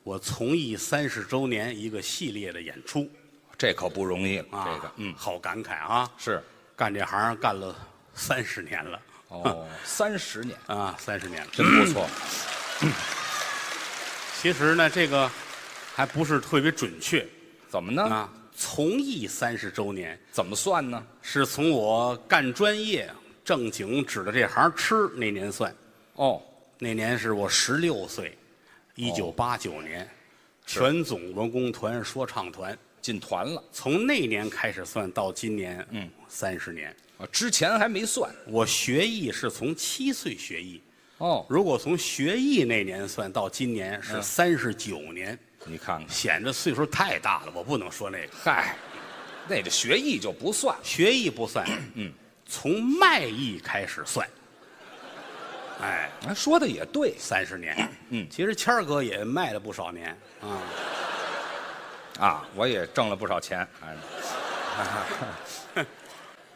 B: 我从艺三十周年一个系列的演出
C: 这可不容易了。
B: 啊，
C: 这个，嗯，
B: 好感慨啊，
C: 是
B: 干这行干了三十年了，
C: 哦，三十年，
B: 啊，三十年了。
C: 真不错。
B: 其实呢，这个还不是特别准确
C: 怎么呢？
B: 啊，从艺三十周年。
C: 怎么算呢？
B: 是从我干专业正经指着这行吃那年算，
C: 哦，
B: 那年是我十六岁，一九八九年，全总文工团说唱团，
C: 进团了
B: 从那年开始算到今年，嗯，三十年。
C: 啊，之前还没算。
B: 我学艺是从七岁学艺，
C: 哦，
B: 如果从学艺那年算到今年
C: 嗯
B: 是三十九年，
C: 你看看，
B: 显得岁数太大了，我不能说那个。
C: 嗨，那这学艺就不算了
B: 学艺不算，嗯，从卖艺开始算，哎。
C: 啊，说的也对
B: 三十年。嗯，其实谦儿哥也卖了不少年 啊。
C: 啊，我也挣了不少钱。哎，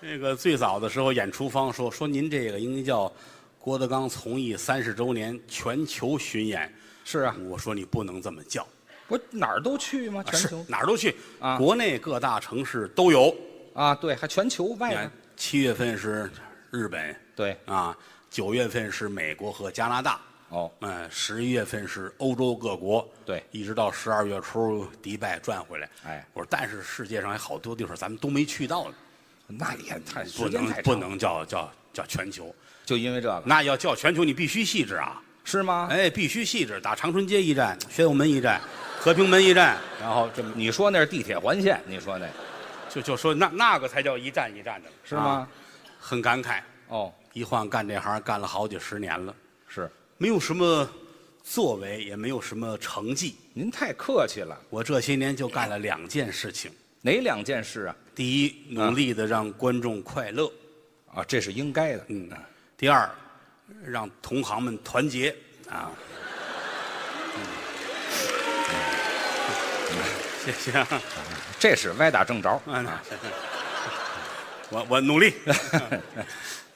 B: 那个最早的时候，演出方说说您这个应该叫郭德纲从艺三十周年全球巡演。
C: 是啊，
B: 我说你不能这么叫，啊
C: 我哪儿都去吗？全
B: 是
C: 球
B: 哪儿都去
C: 啊
B: 国内各大城市都有。
C: 啊，对，还全球外
B: 你
C: 呢
B: 看，七月份是日本
C: 对，
B: 啊，九月份是美国和加拿大。
C: 哦，
B: 嗯，十一月份是欧洲各国，
C: 对
B: 一直到十二月初迪拜转回来。
C: 哎
B: 我说，但是世界上还好多地方咱们都没去到呢，
C: 那也太
B: 不
C: 哎时间
B: 能
C: 太长
B: 不，能叫叫叫全球，
C: 就因为这个
B: 那要叫全球，你必须细致啊！
C: 是吗？
B: 哎，必须细致，打长春街一站，宣武门一站，和平门一站，然后这么
C: 你说那是地铁环线，你说那
B: 就就说那那个才叫一站一站的，
C: 是吗
B: 啊？很感慨，
C: 哦，
B: 一晃干这行干了好几十年了，
C: 是，
B: 没有什么作为，也没有什么成绩。
C: 您太客气了。
B: 我这些年就干了两件事情，
C: 哪两件事啊？
B: 第一，努力的让观众快乐；
C: 啊，这是应该的。
B: 嗯，第二，让同行们团结啊。嗯 谢谢啊，
C: 这是歪打正着。
B: 嗯我我努力。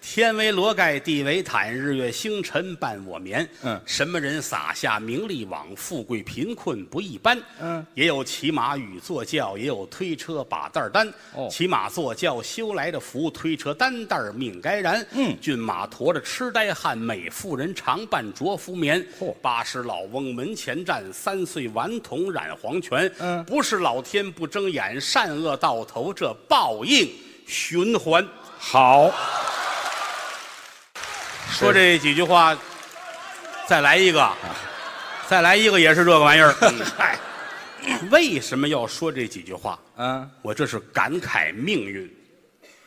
B: 天为罗盖，地为毯，日月星辰伴我眠。
C: 嗯
B: 什么人撒下名利网？富贵贫困不一般。
C: 嗯，
B: 也有骑马与坐轿，也有推车把担儿担。
C: 哦
B: 骑马坐轿修来的福，推车担担儿命该然。
C: 嗯
B: 骏马驮着痴呆汉，美妇人常伴着夫眠。
C: 嚯
B: 八十老翁门前站，三岁顽童染黄泉。
C: 嗯
B: 不是老天不睁眼，善恶到头这报应循环。
C: 好，
B: 说这几句话，再来一
C: 啊
B: 个，再来一个也是这个玩意 儿。嗨，为什么要说这几句话？
C: 嗯，
B: 我这是感慨命运，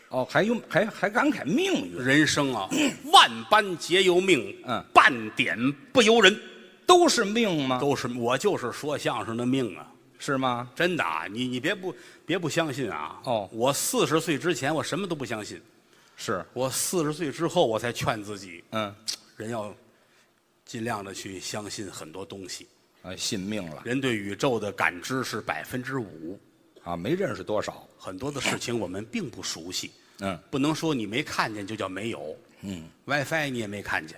C: 哦，还用还还感慨命运，
B: 人生啊，万般皆由命，
C: 嗯啊
B: 半点不由人，
C: 都是命吗？
B: 都是我就是说相声的命啊，
C: 是吗？
B: 真的啊，你你别不别不相信啊。
C: 哦
B: 我四十岁之前我什么都不相信，
C: 是，
B: 我四十岁之后我才劝自己，
C: 嗯，
B: 人要尽量的去相信很多东西。
C: 啊，信命了
B: 人对宇宙的感知是百分之五，
C: 啊，没认识多少。
B: 很多的事情我们并不熟悉，
C: 嗯，
B: 不能说你没看见就叫没有。嗯，WiFi 你也没看见，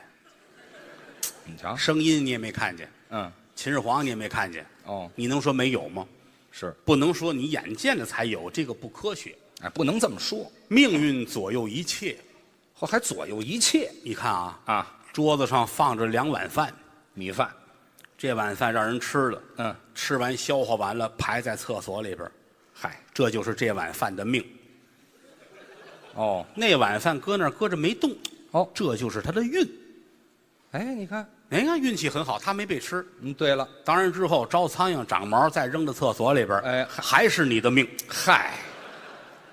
C: 你瞧，
B: 声音你也没看见，
C: 嗯，
B: 秦始皇你也没看见。
C: 哦，
B: 你能说没有吗？
C: 是，
B: 不能说你眼见的才有，这个不科学。
C: 哎，不能这么说，
B: 命运左右一切。
C: 后还左右一切
B: 你看啊，
C: 啊。
B: 桌子上放着两碗饭，
C: 米饭，
B: 这碗饭让人吃了，
C: 嗯，
B: 吃完消化完了排在厕所里边儿，
C: 嗨，
B: 这就是这碗饭的命。
C: 哦，
B: 那碗饭搁那儿搁着没动，
C: 哦
B: 这就是它的运。
C: 哎，你看，
B: 您看运气很好，他没被吃。
C: 嗯，对了，
B: 当然之后招苍蝇长毛，再扔到厕所里边，
C: 哎还
B: 还是你的命
C: 嗨，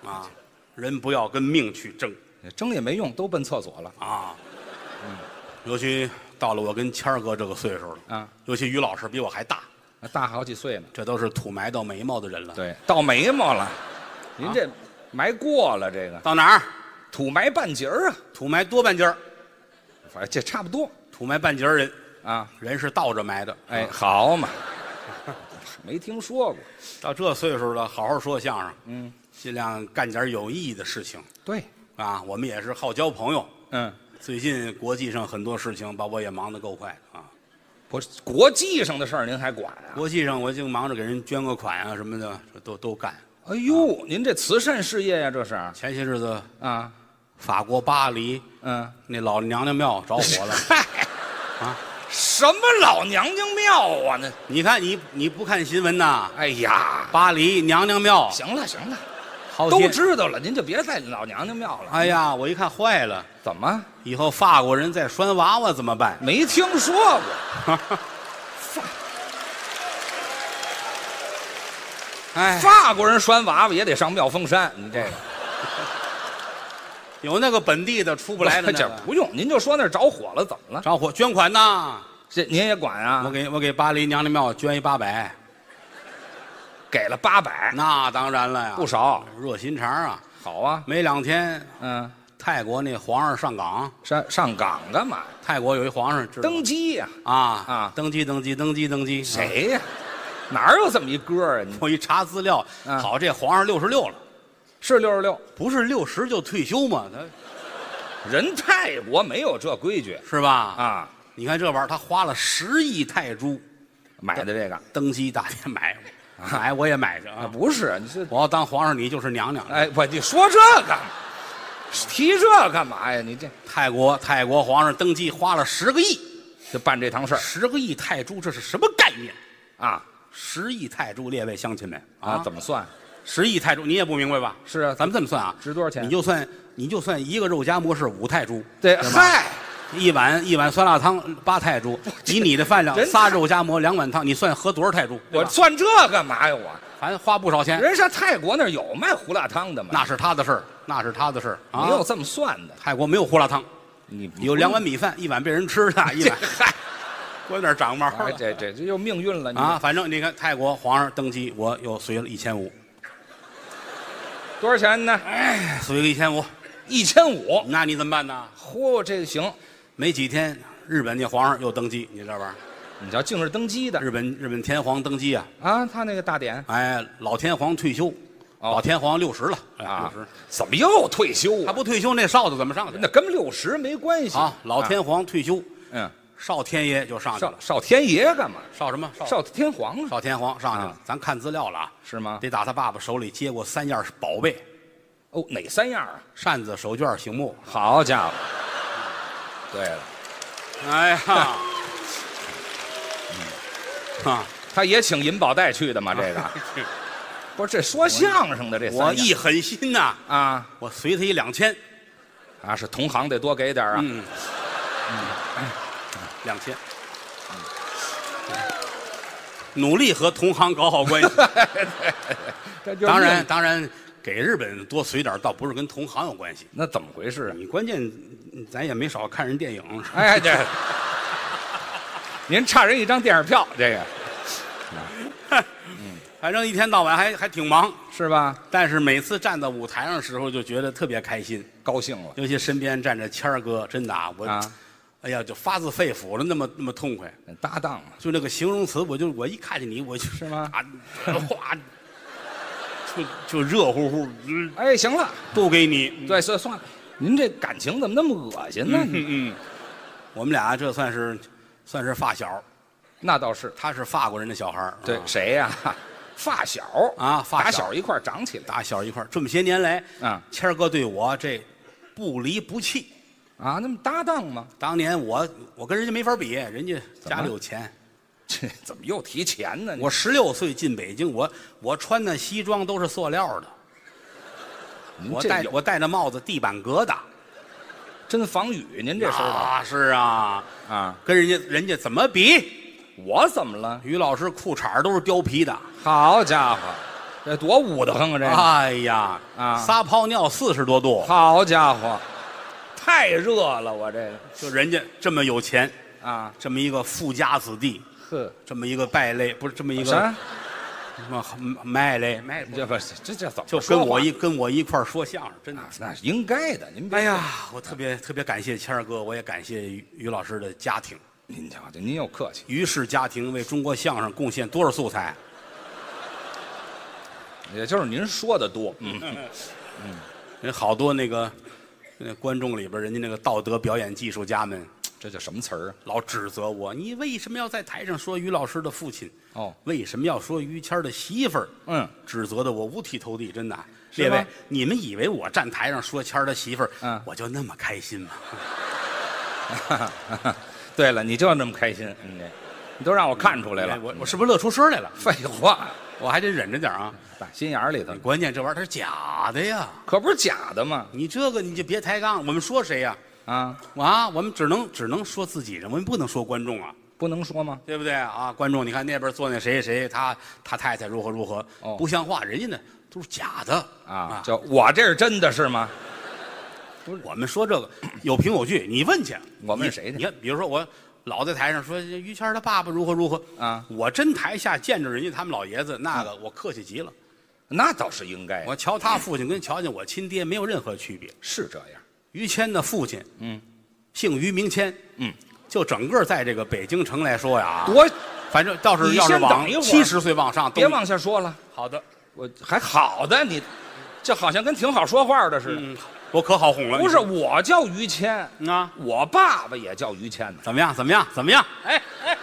B: 啊！人不要跟命去争
C: 争也没用，都奔厕所了
B: 啊。尤其到了我跟谦儿哥这个岁数了，
C: 啊，
B: 尤其于老师比我还大，
C: 大好几岁呢。
B: 这都是土埋到眉毛的人了。，
C: 对，到眉毛了，您这埋过了，这个
B: 到哪儿
C: 土埋半截儿啊，
B: 土埋多半截儿，
C: 反正这差不多
B: 土埋半截儿人，
C: 啊。
B: 人是倒着埋的。啊
C: 哎，好嘛， 没听说过。
B: 到这岁数了，好好说相声，嗯，尽量干点有意义的事情
C: 对，
B: 啊。我们也是好交朋友，
C: 嗯，
B: 最近国际上很多事情把我也忙得够快的啊。
C: 不是国际上的事儿您还管啊？
B: 国际上我净忙着给人捐个款啊什么的，这都都干。
C: 哎呦，您这慈善事业呀、这是
B: 前些日子，
C: 啊，
B: 法国巴黎
C: 嗯，。
B: 那老娘娘庙着火了
C: 嗨，
B: 啊，
C: 什么老娘娘庙啊？那，
B: 你看你你不看新闻呐？
C: 哎呀，
B: 巴黎娘娘庙
C: 行了行了，
B: 好
C: 都
B: 些，
C: 知道了，您就别再老娘娘庙了。
B: 哎呀，我一看坏了，
C: 啊怎么
B: 以后法国人再拴娃娃怎么办？
C: 没听说过？
B: 哎，
C: 法国人拴娃娃也得上妙峰山，你这个
B: 有那个本地的出不来的那
C: 这
B: 个
C: 不用，您就说那儿着火了，怎么了？
B: 着火捐款呐！
C: 这您也管啊？
B: 我给我给巴黎娘娘庙捐一八百，
C: 给了八百，
B: 那当然了呀，
C: 不少，
B: 热心肠啊！
C: 好啊。
B: 没两天，
C: 嗯，
B: 泰国那皇上上岗，
C: 上上岗干嘛？
B: 泰国有一皇上知道吗
C: 登基呀、
B: 啊
C: 啊
B: 登基登基登基登基，啊？
C: 谁呀、哪有这么一歌啊？你
B: 我一查资料，
C: 嗯
B: 好，这皇上六十六了，
C: 是六十六？
B: 不是六十就退休嘛？
C: 嗯
B: 他
C: 人泰国没有这规矩
B: 是吧？啊，
C: 啊。
B: 你看这玩意儿，他花了十亿泰铢
C: 买的这个
B: 登基大典买，买我也买去
C: 啊，
B: 啊！
C: 不是你是
B: 我要当皇上，你就是娘娘。
C: 哎，我你说这干嘛？提这干嘛呀？你这
B: 泰国泰国皇上登基花了十个亿。
C: 就办这堂事儿
B: 十个亿泰铢，这是什么概念？
C: 啊
B: 十亿泰铢，列位乡亲们
C: 啊？怎
B: 么
C: 么算？
B: 十亿泰铢？你也不明白吧？
C: 是啊
B: 咱们这么算啊，
C: 值多少钱
B: 你就算你就算一个肉夹馍是五泰铢，
C: 对，
B: 吧
C: 嗨，
B: 一碗一碗酸辣汤八泰铢，以你的饭量，
C: 人
B: 仨肉夹馍两碗汤，你算合多少泰铢？对
C: 我
B: 吧
C: 算这干嘛呀？我
B: 反正花不少钱，
C: 人上泰国那儿有卖胡辣汤的吗？
B: 那是他的事儿，那是他的事儿啊
C: 没。有这么算 的，
B: 泰国没有胡辣汤，
C: 你不
B: 有两碗米饭，一碗被人吃 了，一
C: 这
B: 碗嗨，我有点长毛
C: 哎
B: 了
C: 这这这又命运了你
B: 啊。反正你看泰国皇上登基，我又随了一千五，
C: 多少钱呢？
B: 随了一千五。
C: 一千五。
B: 那你怎么办呢？
C: 嚯，这个行，
B: 没几天，日本那皇上又登基，你知道吧？
C: 你瞧，净是登基的
B: 日本日本天皇登基啊！
C: 啊，他那个大典
B: 哎，老天皇退休，
C: 哦
B: 老天皇六十了，哎
C: 啊
B: 六十，，
C: 怎么又退休
B: 他
C: 啊？
B: 不退休，那哨子怎么上去
C: 那？跟六十没关系
B: 啊，老天皇退休，
C: 嗯，
B: 少天爷就上去了
C: 少，少天爷干嘛？
B: 少什么？
C: 啊少天皇上
B: 少天皇上去了
C: 啊。
B: 咱看资料了啊，
C: 是吗？
B: 得打他爸爸手里接过三样宝贝：
C: 哦，哪三样啊？
B: 扇子、手绢、醒目。
C: 好家伙！对了，
B: 哎呀，啊，
C: 他也请银宝带去的嘛，这个啊 不是这说相声的这三样
B: 我一狠心呐，
C: 啊
B: 我随他一两千，
C: 啊，是同行得多给点儿啊。
B: 嗯，两千。嗯努力和同行搞好关系，
C: 这就是
B: 当然
C: 命
B: 当然，给日本多随点儿，倒不是跟同行有关系。
C: 那怎么回事啊？
B: 你关键，嗯咱也没少看人电影。
C: 哎，这 您差人一张电影票，这个
B: 反正一天到晚还还挺忙，
C: 是吧？
B: 但是每次站到舞台上的时候，就觉得特别开心。
C: 高兴了
B: 尤其身边站着谦儿哥，真的啊，我，
C: 啊，
B: 哎呀，就发自肺腑的那么那么痛快。
C: 搭档嘛，
B: 就那个形容词，我就我一看见你，我就是
C: 吗
B: 啊，哗，就就热乎乎，嗯
C: 哎，行了，
B: 都给你。
C: 对，算算了，您这感情怎么那么恶心呢？你
B: 嗯嗯，我们俩这算是算是发小，
C: 那倒是，
B: 他是法国人的小孩儿
C: 对
B: 啊，
C: 谁呀？发小
B: 啊发
C: 打
B: 小
C: 小一块儿长起来
B: 打小一块儿这么些年来，
C: 啊
B: 谦儿哥对我这不离不弃。
C: 啊，那么搭档嘛，
B: 当年我我跟人家没法比，人家家
C: 怎
B: 里
C: 么嗯
B: 有钱。
C: 这怎么又提钱呢？
B: 我十六岁进北京，我我穿的西装都是塑料的，
C: 您
B: 我
C: 嗯这
B: 戴
C: 有
B: 我戴的帽子地板革的，
C: 真防雨，您这身儿
B: 啊，是啊，
C: 的啊，
B: 跟人家人家怎么比？
C: 我怎么了？
B: 于老师裤衩都是貂皮的，
C: 好家伙，这多捂得慌啊！这个，
B: 哎呀，
C: 啊
B: 撒泡尿四十多度，
C: 好家伙，太热了，我这个
B: 就人家这么有钱，
C: 啊，
B: 这么一个富家子弟，
C: 呵，
B: 这么一个败类，不是这么一个
C: 啊啥？
B: 什么卖类卖，
C: 这不是这这怎么
B: 就
C: 说
B: 跟
C: 话啊
B: 我一跟我一块儿说相声，真的。
C: 那是应该的，您别
B: 哎呀，我特别特别感谢谦儿哥，我也感谢于于老师的家庭，
C: 您瞧瞧，您又客气，
B: 于氏家庭为中国相声贡献多少素材？
C: 也就是您说的多，嗯，
B: 人好多那个那观众里边，人家那个道德表演技术家们
C: 这叫什么词儿啊？
B: 老指责我，你为什么要在台上说于老师的父亲？
C: 哦，
B: 为什么要说于谦儿的媳妇儿？
C: 嗯，
B: 指责的我五体投地，真的。
C: 是
B: 列位
C: 吗，
B: 你们以为我站台上说谦儿的媳妇儿，
C: 嗯
B: 我就那么开心吗？
C: 啊 对了，你就要那么开心，你这你都让我看出来了，嗯
B: 哎我我是不是乐出声来了？
C: 废话，
B: 我还得忍着点儿啊！
C: 打心眼儿里头，
B: 关键这玩意儿它是假的呀！
C: 可不是假的嘛，
B: 你这个你就别抬杠，我们说谁呀、
C: 啊，
B: 啊，我们只能只能说自己人，我们不能说观众啊，
C: 不能说吗？
B: 对不对啊？观众，你看那边坐那谁谁，他他太太如何如何，
C: 哦
B: 不像话，人家那都是假的
C: 啊，叫我这是真的是吗？
B: 我们说这个有凭有据，你问去。
C: 我问
B: 你
C: 谁去
B: 你看，比如说我老在台上说于谦儿他爸爸如何如何
C: 啊嗯
B: 我真台下见着人家他们老爷子那个，我客气极了。
C: 那倒是应该，
B: 我瞧他父亲跟瞧见我亲爹没有任何区别。
C: 是这样，
B: 于谦的父亲，嗯，姓于，名谦，
C: 嗯，
B: 就整个在这个北京城来说呀，
C: 多
B: 反正要是
C: 你
B: 要是
C: 先
B: 往
C: 等一会儿
B: 七十岁往上，都
C: 别往下说了，
B: 好的，
C: 我还好的你，这好像跟挺好说话的似的。
B: 嗯，我可好哄了。
C: 不是我叫于谦，
B: 你啊，
C: 我爸爸也叫于谦呢。
B: 怎么样？怎么样？怎么样？
C: 哎哎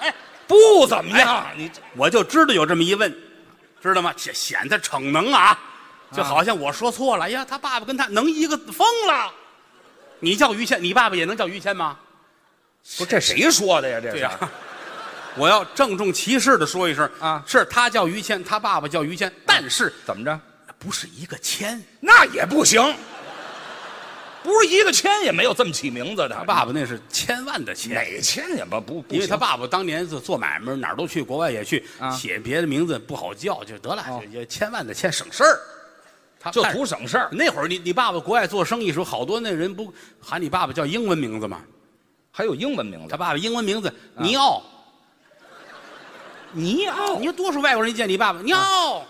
C: 哎，不怎么样，哎你这
B: 我就知道有这么一问，知道吗？显显得逞能啊，就好像我说错了。哎呀，他爸爸跟他能一个疯了。你叫于谦，你爸爸也能叫于谦吗？
C: 不是这谁说的呀？这
B: 对
C: 是
B: 呀、 我要郑重其事的说一声
C: 啊
B: 是他叫于谦，他爸爸叫于谦，但是
C: 怎么着？
B: 不是一个谦。
C: 那也不行，不是一个谦也没有这么起名字的。
B: 他爸爸那是千万的千，
C: 哪谦也不不不
B: 因为他
C: 行
B: 爸爸当年是做买卖，哪儿都去，国外也去，
C: 啊
B: 写别的名字不好叫，就得了，
C: 哦
B: 也也千万的千省事儿。他
C: 就
B: 但是
C: 图省事儿。
B: 那会儿你你爸爸国外做生意时候，好多那人不喊你爸爸叫英文名字吗？
C: 还有英文名
B: 他
C: 字，
B: 爸爸英文名字
C: 啊
B: 尼奥，
C: 尼奥
B: 你说多少外国人一见你爸爸尼奥，
C: 啊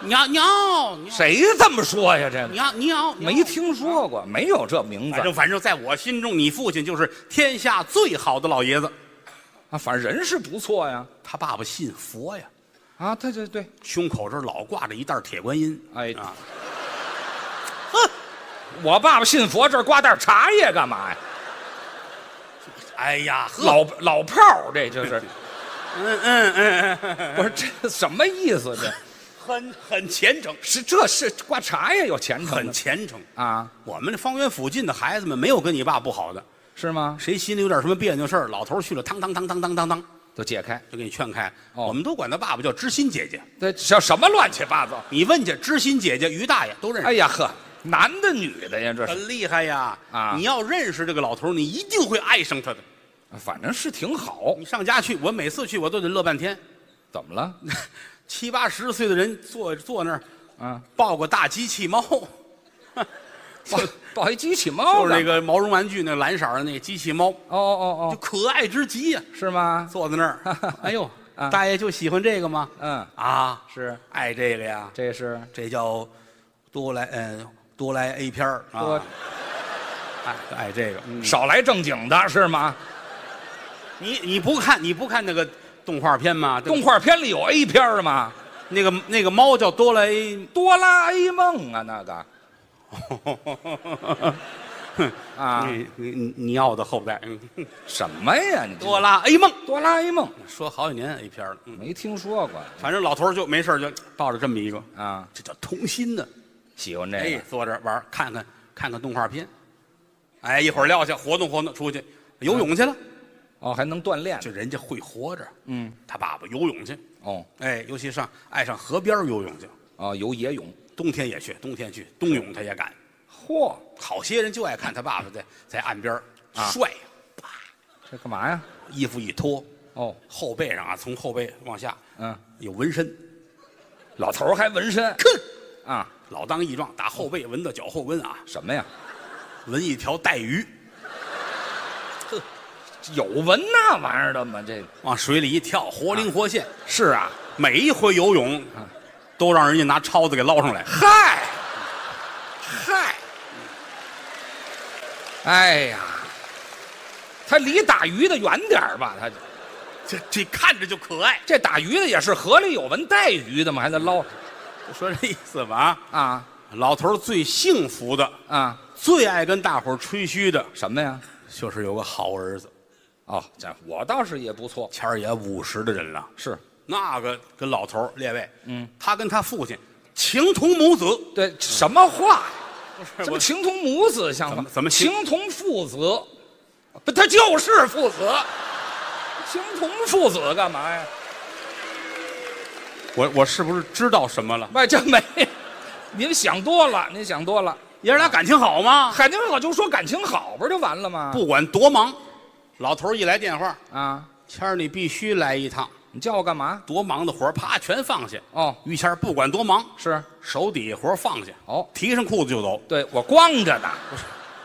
B: 尼奥尼奥尼奥
C: 谁这么说呀？这个
B: 尼奥尼奥，尼奥
C: 没听说过，没有这名字
B: 反正反正在我心中，你父亲就是天下最好的老爷子。
C: 啊。反正人是不错呀。
B: 他爸爸信佛呀，
C: 啊，他这对，
B: 胸口这儿老挂着一袋铁观音。
C: 哎
B: 啊，
C: 我爸爸信佛，这儿挂袋茶叶干嘛呀？
B: 哎呀，呵
C: 老老炮儿，这就是
B: 嗯嗯嗯嗯嗯，
C: 不是这什么意思？这
B: 很很虔诚，
C: 是这是挂茶叶有前程
B: 很
C: 的
B: 虔诚。
C: 啊？
B: 我们这方圆附近的孩子们没有跟你爸不好的，
C: 是吗？
B: 谁心里有点什么别扭事儿，老头儿去了，当当当当当当当，
C: 都解开，
B: 就给你劝开。
C: 哦
B: 我们都管他爸爸叫知心姐姐，
C: 这叫什么乱七八糟？
B: 你问去，知心姐姐、于大爷都认识。
C: 哎呀呵，男的女的呀，这是，
B: 很厉害呀！
C: 啊
B: 你要认识这个老头儿，你一定会爱上他的。
C: 反正是挺好。
B: 你上家去，我每次去我都得乐半天。
C: 怎么了？
B: 七八十岁的人坐坐那儿，
C: 啊，
B: 抱个大机器猫，
C: 抱抱一机器猫
B: 就
C: 呢
B: 是那个毛绒玩具那蓝色儿的那机器猫，
C: 哦哦
B: 就
C: 哦
B: 可爱之极呀、
C: 哦，是吗？
B: 坐在那儿，哎呦
C: 啊，
B: 大爷就喜欢这个吗？
C: 嗯，
B: 啊，
C: 是，
B: 爱这个呀，
C: 这是
B: 这叫多来嗯多来 A 片儿
C: 多
B: 啊，爱爱这个。嗯
C: 少来正经的是吗？
B: 你你不看你不看那个动画片吗？对吧
C: 动画片里有 A 片儿吗？
B: 那个那个猫叫多来 A，
C: 哆啦 A 梦啊，那个啊，
B: 你你你要的后代，嗯
C: 什么呀？你这
B: 多啦 A 梦。
C: 哆啦 A 梦
B: 说好几年 A 片了，嗯，
C: 没听说过
B: 反正老头儿就没事儿就抱着这么一个，
C: 啊？
B: 这叫童心呢。
C: 喜欢这
B: 哎
C: 个，，
B: 坐这儿玩儿看看看看动画片，哎，一会儿撂下活动活动，出去游泳去了，
C: 哦，还能锻炼
B: 就人家会活着。
C: 嗯，
B: 他爸爸游泳去，
C: 哦
B: 哎，尤其上爱上河边儿游泳去，
C: 哦，游野泳
B: 冬天也去，冬天去冬泳他也敢。
C: 嚯，
B: 好些人就爱看他爸爸在在岸边儿
C: 啊
B: 帅，
C: 这干嘛呀？
B: 衣服一脱，
C: 哦，
B: 后背上啊，从后背往下
C: 嗯，
B: 有纹身，
C: 老头儿还纹身啊？
B: 老当益壮，打后背纹到脚后跟啊，
C: 什么呀？
B: 纹一条带鱼，
C: 有纹那玩意儿的吗？这个
B: 往水里一跳，活灵活现。
C: 是啊，
B: 每一回游泳，都让人家拿抄子给捞上来。
C: 嗨，嗨，哎呀，他离打鱼的远点儿吧？他
B: 这这看着就可爱，
C: 这打鱼的也是河里有纹带鱼的吗？还在捞
B: 说这意思吧啊。
C: 啊
B: 老头儿最幸福的，
C: 啊？
B: 最爱跟大伙儿吹嘘的，
C: 什么呀？
B: 就是有个好儿子。
C: 哦，这我倒是也不错，
B: 谦儿也五十的人了，
C: 是
B: 那个跟老头儿列位，嗯，他跟他父亲情同母子，
C: 对什么话？
B: 不是
C: 这不
B: 我
C: 情同母子像
B: 怎
C: 吗
B: 么？怎么情
C: 情同父子？不，他就是父子，情同父子干嘛呀？
B: 我我是不是知道什么了？
C: 外这没，您想多了，您想多了。
B: 爷儿俩感情好吗？
C: 海宁我就说感情好，不是就完了吗？
B: 不管多忙，老头儿一来电话，
C: 啊，
B: 谦儿你必须来一趟，
C: 你叫我干嘛？
B: 多忙的活儿啪全放下。
C: 哦，
B: 于谦儿不管多忙，
C: 是
B: 手底下活儿放下，
C: 哦
B: 提上裤子就走，
C: 对我光着呢，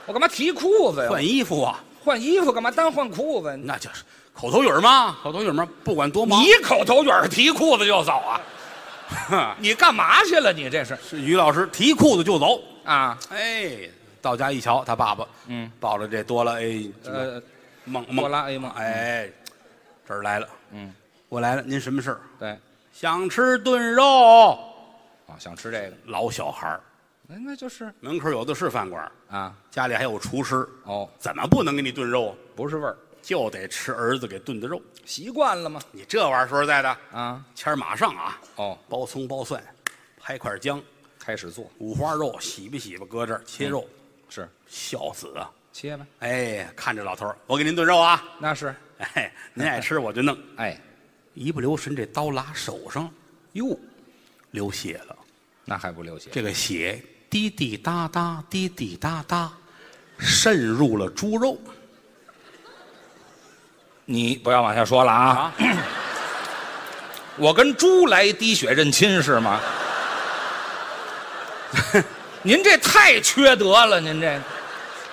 C: 我干嘛提裤子呀？
B: 换衣服啊，
C: 换衣服干嘛？单换裤子？
B: 那就是口头语儿嘛，口头语儿嘛，不管多忙。
C: 你口头语儿提裤子就走啊？ 你干嘛去了？你这是
B: 是于老师提裤子就走。
C: 啊？
B: 哎，到家一瞧，他爸爸，嗯，抱着这哆啦 A
C: 呃，
B: 梦梦
C: 哆啦 A 梦，哎，
B: 哎，这儿来了，嗯，我来了，您什么事儿？
C: 对，
B: 想吃炖肉。
C: 啊，想吃这个，
B: 老小孩儿，
C: 那那就是
B: 门口有的是饭馆，
C: 啊，
B: 家里还有厨师，
C: 哦，
B: 怎么不能给你炖肉啊？
C: 不是味儿，
B: 就得吃儿子给炖的肉。
C: 习惯了吗？
B: 你这玩意儿说实在的，
C: 啊，
B: 谦儿马上啊，
C: 哦，
B: 包葱包蒜，拍块姜，
C: 开始做
B: 五花肉洗吧洗吧，搁这儿切肉，
C: 是
B: 孝子啊！
C: 切呗，
B: 哎，看着老头儿，我给您炖肉啊。
C: 那是，
B: 哎，您爱吃我就弄，
C: 哎，
B: 一不留神这刀拉手上，
C: 哟，
B: 流血了。
C: 那还不流血？
B: 这个血滴滴答答，滴滴答答，渗入了猪肉。
C: 你不要往下说了啊！我跟猪来滴血认亲是吗？ 您这太缺德了，您这，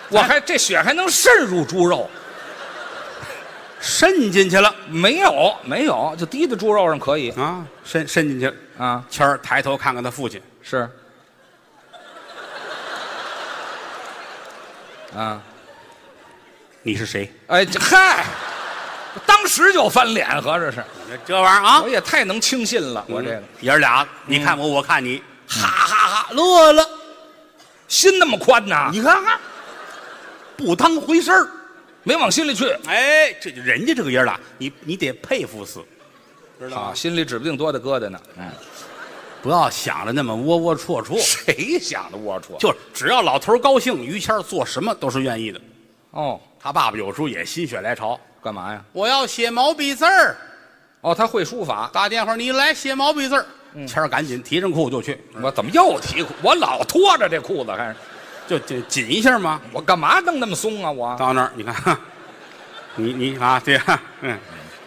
C: 我还这血还能渗入猪肉？
B: 渗进去了
C: 没有，没有，就滴到猪肉上可以
B: 啊，渗渗进去了。
C: 啊？
B: 谦儿抬头看看他父亲，
C: 是，啊，
B: 你是谁？
C: 哎，这嗨，当时就翻脸，合着是，
B: 你看这玩意儿啊
C: 我，也太能轻信了，我这个
B: 嗯爷儿俩，你看我，我看你，哈哈哈，乐了。
C: 心那么宽呐，
B: 你看看，不当回事儿。
C: 没往心里去。
B: 哎，这人家这个爷儿俩，你你得佩服死，知道
C: 啊，
B: 吗？
C: 心里指不定多大疙瘩呢。嗯，
B: 不要想着那么窝窝戳戳。
C: 谁想的龌龊？
B: 就是只要老头儿高兴，于谦儿做什么都是愿意的。
C: 哦，
B: 他爸爸有时候也心血来潮，
C: 干嘛呀？
B: 我要写毛笔字儿，
C: 哦，他会书法，
B: 打电话你来写毛笔字儿。谦儿赶紧提上裤就去，
C: 我怎么又提裤？我老拖着这裤子，还是
B: 就就紧一下嘛。
C: 我干嘛弄那么松啊？我
B: 到那儿你看，哈你你啊对啊，嗯，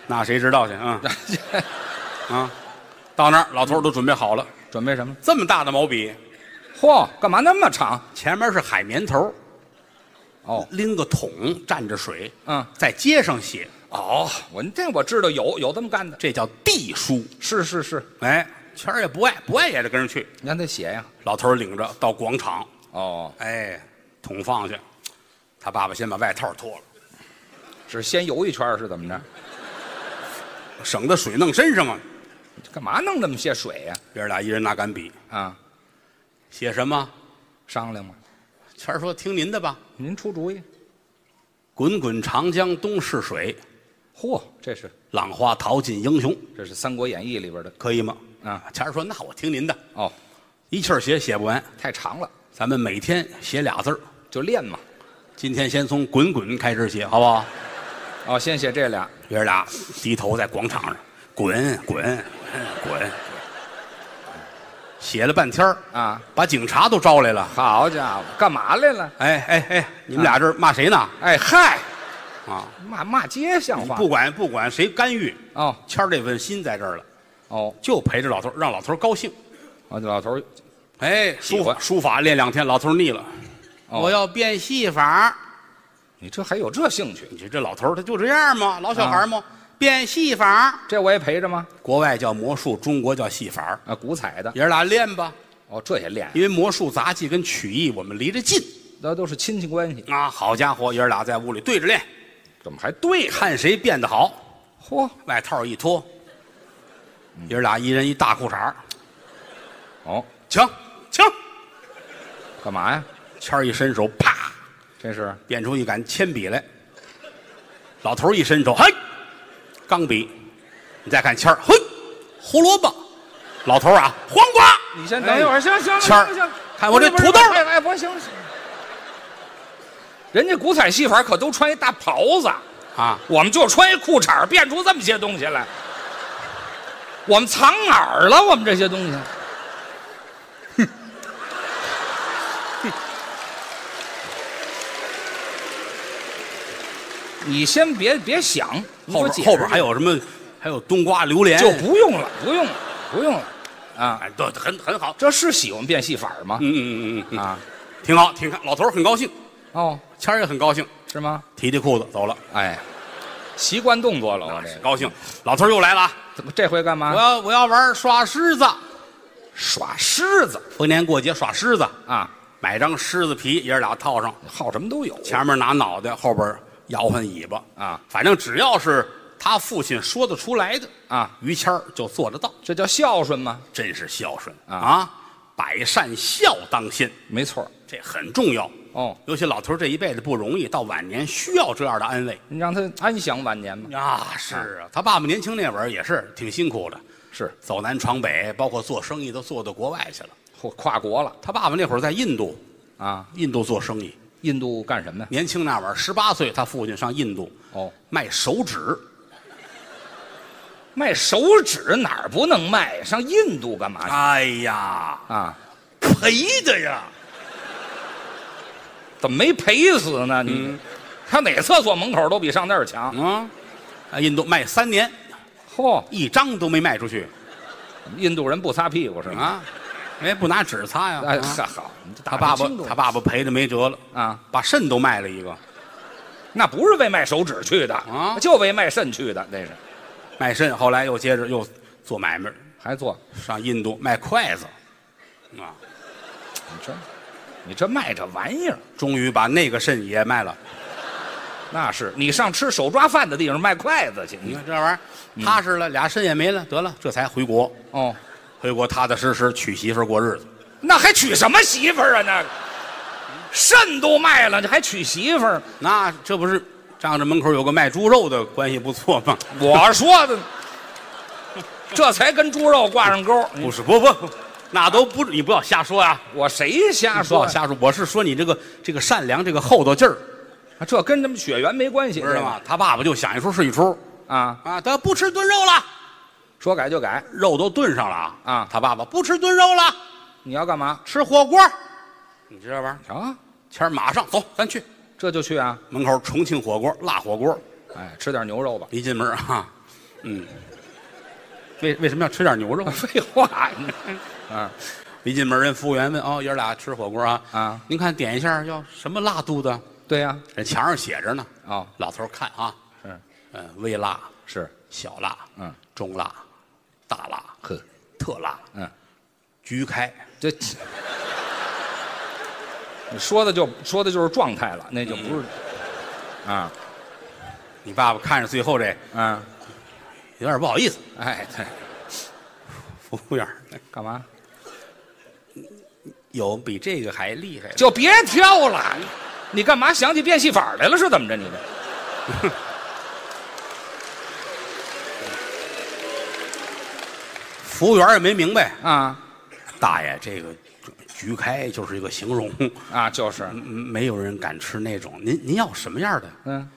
B: 那谁知道去啊啊？到那儿老头儿都准备好了，
C: 准备什么？
B: 这么大的毛笔，
C: 嚯，干嘛那么长？
B: 前面是海绵头，
C: 哦
B: 拎个桶蘸着水，
C: 嗯
B: 在街上写，啊
C: 哦，我这我知道有有这么干的，
B: 这叫地书。
C: 是是是，
B: 哎，谦儿也不爱，不爱也得跟着去。
C: 你看他写呀。
B: 老头儿领着到广场，
C: 哦，
B: 哎，桶放下，他爸爸先把外套脱了，
C: 是先游一圈是怎么着？
B: 省得水弄身上啊。
C: 干嘛弄那么些水呀？
B: 爷儿俩一人拿杆笔，
C: 啊，
B: 写什么？
C: 商量嘛，
B: 谦儿说：“听您的吧。
C: 您出主意。
B: 滚滚长江东逝水，
C: 嚯，这是
B: 浪花淘尽英雄，
C: 这是《三国演义》里边的
B: 可以吗？”
C: 啊。
B: 谦儿说：“那我听您的。
C: 哦，”
B: 一气儿写写不完，
C: 太长了，
B: 咱们每天写俩字儿。
C: 就练嘛。
B: 今天先从“滚滚”开始写，好不好？
C: 哦，先写这俩。
B: 爷儿俩低头在广场上滚滚滚滚，写了半天儿
C: 啊，
B: 把警察都招来了。
C: 好家伙，干嘛来了？
B: 哎哎哎，你们俩这儿骂谁呢？
C: 哎嗨，
B: 啊，
C: 骂骂街像话
B: 不管不管谁干预，
C: 哦
B: 谦儿这份心在这儿了，
C: 哦，
B: 就陪着老头儿，让老头儿高兴。
C: 啊，这老头儿
B: 哎，书
C: 欢
B: 法书法练两天，老头儿腻了，
C: 哦
B: 我要变戏法儿。
C: 你这还有这兴趣？
B: 你说这老头儿他就这样吗？老小孩儿吗？变戏法儿，
C: 这我也陪着吗？
B: 啊国外叫魔术，中国叫戏法儿，
C: 啊，古彩的
B: 爷儿俩练吧。
C: 哦，这也练，
B: 因为魔术、杂技跟曲艺我们离着近
C: 那都是亲戚关系，
B: 啊。好家伙，爷儿俩在屋里对着练，
C: 怎么还对着？
B: 看谁变得好。
C: 嚯，
B: 外套一脱，爷儿俩一人一大裤衩儿
C: 哦，
B: 抢抢，
C: 干嘛呀？
B: 谦儿一伸手，啪，
C: 这是
B: 变出一杆铅笔来。老头儿一伸手，嘿，钢笔。你再看谦儿，嘿，胡萝卜。老头儿啊，黄瓜。
C: 你先等一会儿，哎行行，
B: 谦儿
C: 行行
B: 看我这
C: 不是不是
B: 土豆
C: 不是哎，不行，行人家古彩戏法可都穿一大袍子，
B: 啊，
C: 我们就穿一裤衩儿变出这么些东西来，我们藏哪儿了？我们这些东西，你先别别想，你给
B: 后
C: 我
B: 边
C: 解
B: 后
C: 释
B: 边还有什么？还有冬瓜、榴莲，
C: 就不用了，不用了，不用了，啊，
B: 哎，对，很很好。
C: 这是喜欢变戏法吗？
B: 嗯嗯嗯嗯，
C: 啊，
B: 挺好，挺好。老头儿很高兴，
C: 哦，
B: 谦儿也很高兴，
C: 是吗？
B: 提提裤子走了，
C: 哎，习惯动作了，我这个
B: 高兴。老头儿又来了啊，
C: 怎么这回干
B: 我
C: 嘛？
B: 要我要玩耍狮子，
C: 耍狮子
B: 逢年过节耍狮子，
C: 啊，
B: 买张狮子皮，爷儿俩套上，
C: 好什么都有。
B: 前面拿脑袋，后边摇晃尾巴
C: 啊，
B: 反正只要是他父亲说得出来的
C: 啊，
B: 于谦儿就做得到，
C: 这叫孝顺吗？
B: 真是孝顺
C: 啊
B: 百善孝当先，
C: 没错儿。
B: 这很重要。
C: 哦，
B: 尤其老头儿这一辈子不容易，到晚年需要这样的安慰
C: 你让他安享晚年吧。
B: 啊！是啊，他爸爸年轻那会儿也是挺辛苦的，
C: 是，
B: 走南闯北，包括做生意都做到国外去了。
C: 或跨国了
B: 他爸爸那会儿在印度，
C: 啊。
B: 印度做生意，
C: 印度干什么呀？
B: 年轻那会儿十八岁，他父亲上印度
C: 哦，
B: 卖手指，
C: 卖手指哪儿不能卖？上印度干嘛去？
B: 哎呀，
C: 啊，
B: 赔的呀！
C: 怎么没赔死呢？你，
B: 嗯
C: 他哪厕所门口都比上那儿强。
B: 啊，啊印度卖三年，
C: 嚯，
B: 一张都没卖出去
C: 印度人不擦屁股是吗？
B: 啊，哎，不拿纸擦呀。
C: 哎，
B: 啊
C: 哈好，你这
B: 他
C: 打
B: 爸
C: 不
B: 爸
C: 清楚
B: 他爸爸赔的没辙了，
C: 啊，
B: 把肾都卖了一个，
C: 那不是为卖手指去的
B: 啊
C: 就为卖肾去的，那是
B: 卖肾，后来又接着又做买卖，
C: 还做
B: 上印度卖筷子，啊，
C: 你这，你这卖这玩意儿，
B: 终于把那个肾也卖了。
C: 那是你上吃手抓饭的地方卖筷子去，
B: 你
C: 你
B: 看这玩意儿
C: 嗯
B: 踏实了，俩肾也没了，得了，这才回国。
C: 哦，
B: 回国踏踏实实娶媳妇儿过日子，
C: 那还娶什么媳妇儿啊？那个肾都卖了，你还娶媳妇儿？
B: 那这不是仗着门口有个卖猪肉的关系不错吗？
C: 我说的，这才跟猪肉挂上钩。
B: 不是，不不，那都不，你不要瞎说呀、
C: 我谁瞎
B: 啊！不
C: 说
B: 要
C: 呀？
B: 瞎说，我是说你这个这个善良，这个厚道劲 儿，
C: 这跟他们血缘没关系，
B: 知道吗？他爸爸就想一出是一出
C: 这个？啊，
B: 啊，他不吃炖肉了，
C: 说改就改，
B: 肉都炖上了啊
C: 啊
B: 他爸爸不吃炖肉了，
C: 你要干嘛？
B: 吃火锅。你知道吧？
C: 瞧啊，
B: 谦儿马上走，咱去
C: 这就去啊！
B: 门口重庆火锅，辣火锅。
C: 哎，吃点牛肉吧。
B: 一进门啊，嗯，为为什么要吃点牛肉？
C: 废话，啊，
B: 一进门，人服务员问：“哦，爷儿俩吃火锅啊？
C: 啊，
B: 您看点一下，要什么辣度的？
C: 对呀、
B: 这墙上写着呢。
C: 哦，
B: 老头儿看啊，
C: 是
B: 嗯，微辣、
C: 是，
B: 小辣、
C: 嗯，
B: 中辣、大辣、
C: 呵，
B: 特辣，
C: 嗯，
B: 菊开。
C: 这你说的就说的就是状态了，那就不是，啊
B: 你爸爸看着最后这
C: 啊，
B: 有点不好意思，
C: 哎，对，
B: 服务员儿
C: 干嘛？
B: 有比这个还厉害的。
C: 就别挑了，你干嘛想起变戏法来了？是怎么着？你这
B: 服务员儿也没明白，
C: 啊
B: 大爷这个菊开就是一个形容，
C: 啊，就是，
B: 嗯没有人敢吃那种。您您要什么样的？
C: 嗯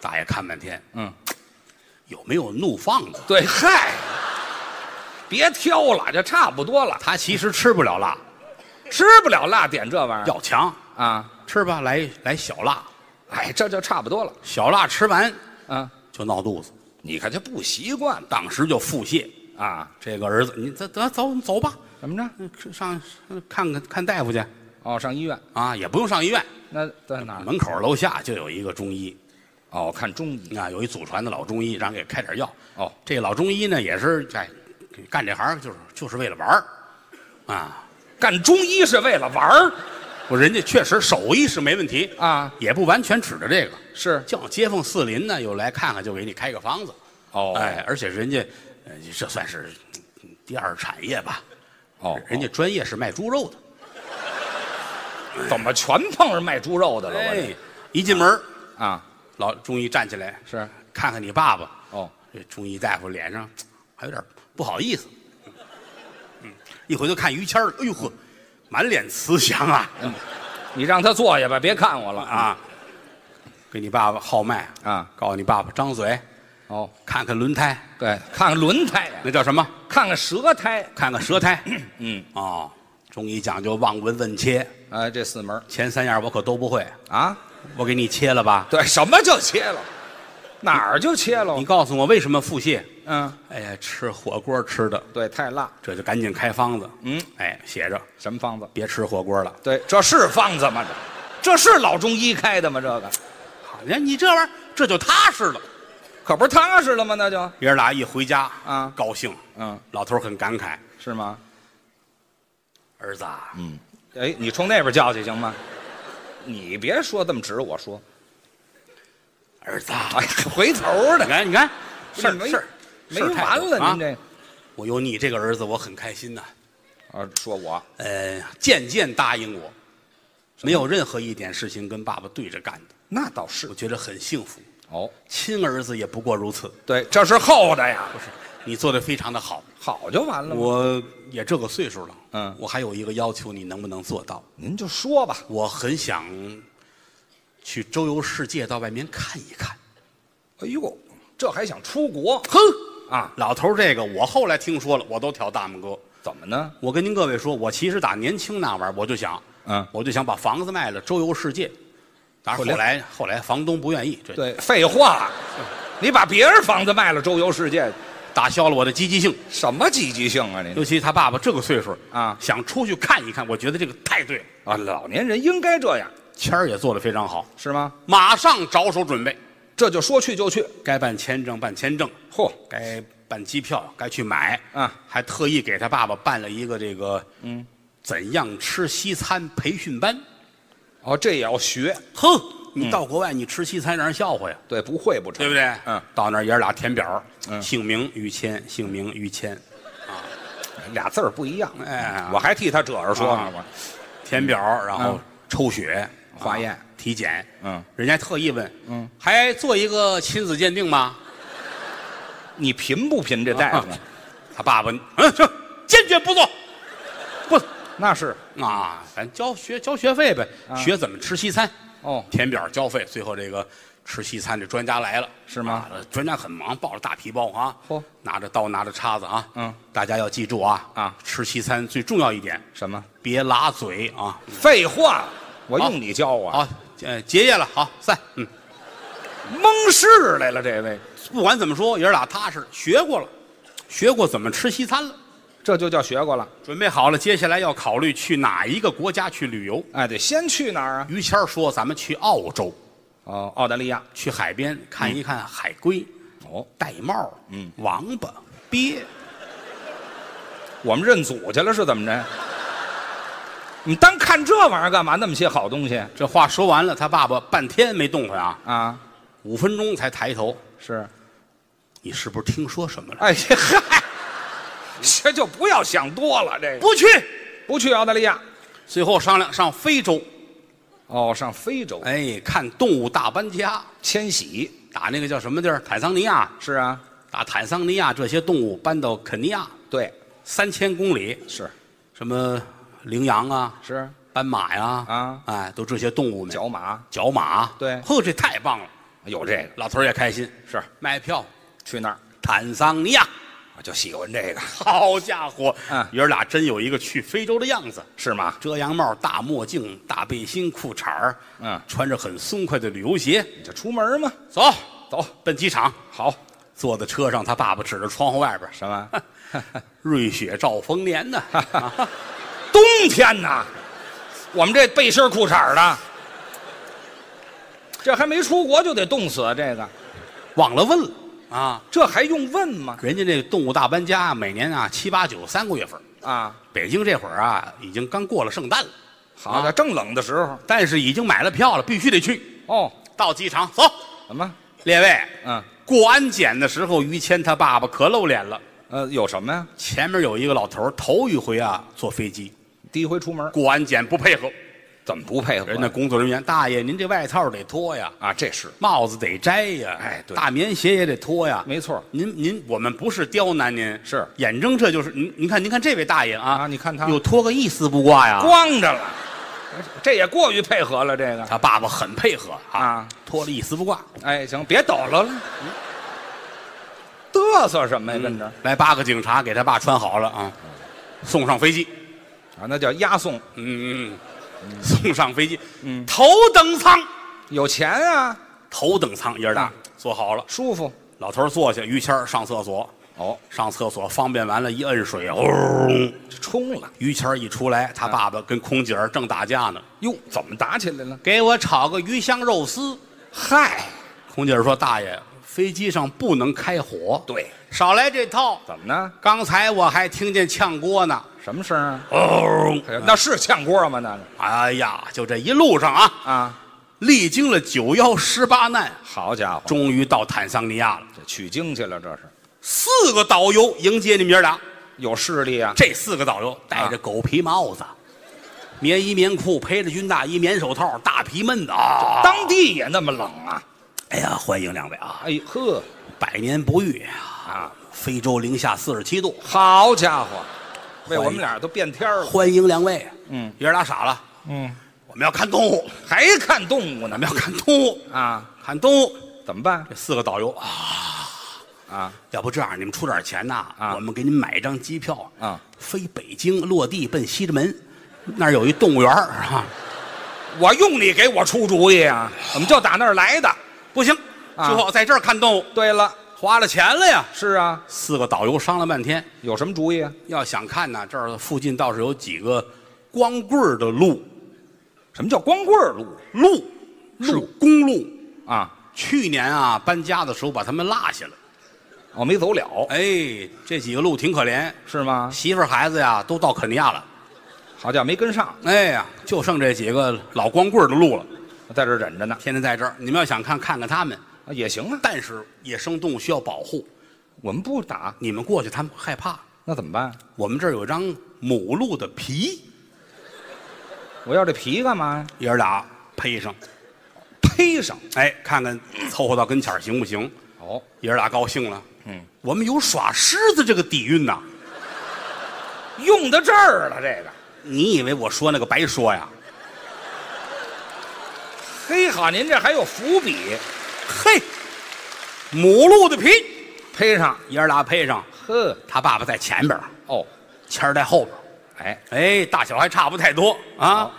B: 大爷看半天，
C: 嗯，
B: 有没有怒放的？
C: 对，嗨，别挑了，这差不多了。
B: 他其实吃不了辣，
C: 吃不了辣点这玩意儿
B: 要强，
C: 啊，
B: 吃吧，来一来小辣，
C: 哎，这就差不多了
B: 小辣吃完
C: 啊。
B: 就闹肚子，
C: 你看这不习惯
B: 当时就腹泻。
C: 啊？
B: 这个儿子，你得得走，你走吧，
C: 怎么着？
B: 嗯上看看看大夫去
C: 哦，上医院？
B: 啊，也不用上医院，
C: 那在哪儿？
B: 门口楼下就有一个中医
C: 哦，看中医。
B: 啊，有一祖传的老中医，让给开点药。
C: 哦，
B: 这老中医呢，也是哎，干这行就是就是为了玩儿，啊，
C: 干中医是为了玩儿
B: 我人家确实手艺是没问题，
C: 啊？
B: 也不完全指着这个，
C: 是
B: 叫街坊四邻呢有来看看，就给你开个方子。
C: 哦
B: 哎，而且人家，呃这算是嗯第二产业吧，
C: 哦，
B: 人家专业是卖猪肉的。
C: 怎么全碰上卖猪肉的了？我
B: 哎
C: 这，
B: 一进门儿，
C: 啊，
B: 老中医站起来，
C: 是
B: 看看你爸爸。
C: 哦，
B: 这中医大夫脸上还有点不好意思，嗯，一回头看于谦儿，哎呦呵，满脸慈祥啊
C: 嗯你让他坐下吧，别看我了啊。
B: 啊！给你爸爸号脉
C: 啊
B: 告诉你爸爸张嘴，
C: 哦，
B: 看看轮胎，
C: 对，看看轮胎呀，
B: 那叫什么？
C: 看看舌苔，
B: 看看舌苔。
C: 嗯，
B: 哦，中医讲究望闻问切，
C: 哎，这四门儿
B: 前三样我可都不会，
C: 啊，
B: 我给你切了吧。
C: 对，什么就切了，哪儿就切了
B: 你？告诉我为什么腹泻？
C: 嗯，
B: 哎呀，吃火锅吃的，
C: 对，太辣，
B: 这就赶紧开方子。
C: 嗯，
B: 哎，写着
C: 什么方子？
B: 别吃火锅了。
C: 对，这是方子吗？这这是老中医开的吗？这个
B: 好，你看你这玩意儿，这就踏实了。
C: 可不是踏实了吗？那就
B: 爷儿俩一回家
C: 啊
B: 高兴，
C: 嗯，
B: 老头儿很感慨，
C: 是吗？
B: 儿子啊，
C: 哎，你冲那边叫去行吗？你别说这么直，我说，
B: 儿子啊，
C: 哎，回头
B: 你
C: 呢，
B: 看你看，
C: 你
B: 事儿
C: 没
B: 事儿
C: 没
B: 事儿太
C: 完
B: 多
C: 了，
B: 啊
C: 您这
B: 我有你这个儿子，我很开心呐。
C: 啊，说我
B: 呃，渐渐答应我，没有任何一点事情跟爸爸对着干的，
C: 那倒是
B: 我觉得很幸福。
C: 哦，
B: 亲儿子也不过如此，
C: 对，这是厚的呀，
B: 不是？你做的非常的好，
C: 好就完了吗？
B: 我也这个岁数了，
C: 嗯
B: 我还有一个要求，你能不能做到？
C: 您就说吧，
B: 我很想去周游世界，到外面看一看。
C: 哎呦，这还想出国
B: 哼，
C: 啊？
B: 老头儿这个我后来听说了，我都挑大拇哥。
C: 怎么呢？
B: 我跟您各位说，我其实打年轻那会儿，我就想，
C: 嗯
B: 我就想把房子卖了，周游世界。当然后来后来房东不愿意，这
C: 对，废话，你把别人房子卖了，周游世界，
B: 打消了我的积极性。
C: 什么积极性啊您？
B: 尤其他爸爸这个岁数
C: 啊
B: 想出去看一看，我觉得这个太对了。
C: 啊，老年人应该这样
B: 谦儿也做得非常好，
C: 是吗？
B: 马上着手准备，
C: 这就说去就去，
B: 该办签证办签证，
C: 嚯，
B: 该办机票该去买。
C: 啊，
B: 还特意给他爸爸办了一个这个嗯，怎样吃西餐培训班。
C: 哦，这也要学，
B: 哼，你到国外你吃西餐让人笑话呀，
C: 对，不会不成，
B: 对嗯不对？
C: 嗯，
B: 到那儿爷儿俩填表，姓名于谦，姓名于谦，
C: 俩字儿不一样。
B: 哎
C: 我还替他褶着说
B: 啊
C: 呢，我
B: 填表，然后抽血、
C: 化验
B: 嗯啊体检。
C: 嗯，
B: 人家特意问，嗯，还做一个亲子鉴定吗？
C: 你贫不贫？这大夫
B: 啊他爸爸，嗯，这坚决不做，不做
C: 那是
B: 啊，咱交学交学费呗，
C: 啊
B: 学怎么吃西餐。
C: 哦，
B: 填表交费，最后这个吃西餐这专家来了，
C: 是吗
B: 啊？专家很忙，抱着大皮包啊，
C: 嚯
B: 拿着刀拿着叉子啊，
C: 嗯，
B: 大家要记住啊
C: 啊
B: 吃西餐最重要一点，
C: 什么？
B: 别拉嘴啊！
C: 废话，我
B: 好
C: 用你教我啊？
B: 好，呃，结业了，好散。嗯，
C: 蒙事来了，这位，
B: 不管怎么说，爷儿俩踏实了，学过了，学过怎么吃西餐了，
C: 这就叫学过了。
B: 准备好了，接下来要考虑去哪一个国家去旅游。
C: 哎，得先去哪儿啊？
B: 于谦儿说：“咱们去澳洲，
C: 哦，澳大利亚。
B: 去海边看一看海龟、
C: 嗯哦，
B: 玳瑁、嗯、王八、鳖。”
C: 我们认祖去了是怎么着？你单看这玩意儿干嘛？那么些好东西
B: 这话说完了，他爸爸半天没动弹啊，
C: 啊？
B: 五分钟才抬头。
C: 是，
B: 你是不是听说什么了？
C: 哎 呀嗨，这就不要想多了，这
B: 不去。
C: 不去澳大利亚，
B: 最后商量上非洲，
C: 哦，上非洲
B: 哎，看动物大搬家，
C: 迁徙
B: 打那个叫什么地儿？坦桑尼亚，
C: 是啊，
B: 打坦桑尼亚这些动物搬到肯尼亚，
C: 对，
B: 三千公里，
C: 是
B: 什么羚羊啊，
C: 是
B: 斑马呀、啊，
C: 啊
B: 哎，都这些动物们，
C: 角马
B: 角马，
C: 对
B: 呵，这太棒了，
C: 有这个
B: 老头儿也开心，
C: 是
B: 卖票，
C: 去那儿
B: 坦桑尼亚，
C: 我就喜欢这个，
B: 好家伙，
C: 嗯
B: 爷儿俩真有一个去非洲的样子。
C: 是吗？
B: 遮阳帽、大墨镜、大背心、裤衩儿，
C: 嗯
B: 穿着很松快的旅游鞋，
C: 你就出门嘛。
B: 走走，奔机场。
C: 好，
B: 坐在车上，他爸爸指着窗户外边儿
C: 什么？
B: 瑞雪兆丰 年呢，啊
C: 冬天呐，我们这背心儿裤衩儿的，这还没出国就得冻死啊！这个，
B: 忘了问了啊。
C: 这还用问吗？
B: 人家这动物大搬家每年啊七八九三个月份儿，
C: 啊，
B: 北京这会儿啊已经刚过了圣诞了，
C: 好的，正冷的时候。
B: 但是已经买了票了，必须得去。
C: 哦，
B: 到机场走，
C: 怎么？
B: 列位，
C: 嗯，
B: 过安检的时候，于谦他爸爸可露脸了。
C: 呃，有什么呀？
B: 前面有一个老头儿，头一回啊坐飞机，
C: 第一回出门，
B: 过安检不配合，
C: 怎么不配合呀？
B: 人家工作人员大爷，您这外套得脱呀，
C: 啊，这是
B: 帽子得摘呀，
C: 哎对
B: 大棉鞋也得脱呀。
C: 没错。
B: 您您，我们不是刁难您，
C: 是
B: 眼睁这就是您您看您看这位大爷啊，
C: 啊你看他
B: 有脱个一丝不挂呀，
C: 光着了，啊这也过于配合了。这个，
B: 他爸爸很配合
C: 啊，
B: 脱了一丝不挂，
C: 哎，行，别抖了，嗯嘚瑟什么呀？跟着
B: 来八个警察给他爸穿好了啊，送上飞机，
C: 啊，那叫押送，
B: 嗯嗯嗯，送上飞机，嗯，头等舱，
C: 有钱啊，
B: 头等舱，爷儿俩
C: 啊
B: 坐好了，
C: 舒服。
B: 老头儿坐下，于谦儿上厕所，
C: 哦，
B: 上厕所方便完了，一摁水，轰，
C: 冲了。
B: 于谦儿一出来，他爸爸跟空姐儿正打架呢，
C: 哟，怎么打起来了？哎
B: 给我炒个鱼香肉丝。
C: 嗨，
B: 空姐儿说：“大爷，飞机上不能开火，
C: 对，
B: 少来这套。
C: 怎么呢？
B: 刚才我还听见呛锅呢。
C: 什么声啊？
B: 哦，
C: 哎呦那是炝锅吗？那是
B: 哎呀，就这一路上啊，
C: 啊，
B: 历经了九幺十八难，
C: 好家伙，
B: 终于到坦桑尼亚了。
C: 这取经去了，这是
B: 四个导游迎接你们爷俩，
C: 有势力啊！
B: 这四个导游戴着狗皮帽子、棉衣棉裤，披着军大衣、棉手套、大皮闷子啊。
C: 当地也那么冷啊！
B: 哎呀，欢迎两位啊！
C: 哎呵，
B: 百年不遇啊，非洲零下四十七度，
C: 好家伙，为我们俩都变天儿了。
B: 欢迎两位。
C: 嗯，
B: 爷儿俩傻了，
C: 嗯，
B: 我们要看动物，
C: 还看动物呢
B: 我？们要看动物，
C: 啊，
B: 看动物。
C: 怎么办
B: 这四个导游啊，
C: 啊？
B: 要不这样，你们出点钱呐，
C: 啊
B: 我们给你们买一张机票
C: 啊，
B: 飞北京落地奔西直门，那儿有一动物园儿啊。
C: 我用你给我出主意啊！我们就打那儿来的。
B: 不行，
C: 啊
B: 就好在这儿看动物，
C: 对了，
B: 花了钱了呀。
C: 是啊，
B: 四个导游商量半天，
C: 有什么主意啊？
B: 要想看呢，这儿附近倒是有几个光棍儿的路，
C: 什么叫光棍儿路
B: 路是公路。
C: 啊？
B: 去年啊，搬家的时候把他们落下了。
C: 我哦没走了，
B: 哎，这几个路挺可怜，
C: 是吗？
B: 媳妇儿孩子呀都到肯尼亚了。
C: 好家伙，没跟上，
B: 哎呀，就剩这几个老光棍儿的路了，
C: 我在这儿忍着呢。
B: 天天在这儿。你们要想看，看看他们。
C: 啊也行啊，
B: 但是野生动物需要保护，
C: 我们不打，
B: 你们过去他们害怕。
C: 那怎么办？
B: 我们这儿有一张母鹿的皮，
C: 我要这皮干嘛呀？
B: 爷儿俩配上，
C: 披上。
B: 哎，看看凑合到跟前儿行不行？
C: 哦，
B: 爷儿俩高兴了。
C: 嗯，
B: 我们有耍狮子这个底蕴呐。
C: 用到这儿了，这个。
B: 你以为我说那个白说 呀？
C: 嘿，好，您这还有伏笔，
B: 嘿，母鹿的皮，
C: 披上。
B: 爷儿俩配上，
C: 呵，
B: 他爸爸在前边儿，
C: 哦，
B: 谦儿在后边儿。
C: 哎，
B: 哎，大小还差不太多啊
C: 好，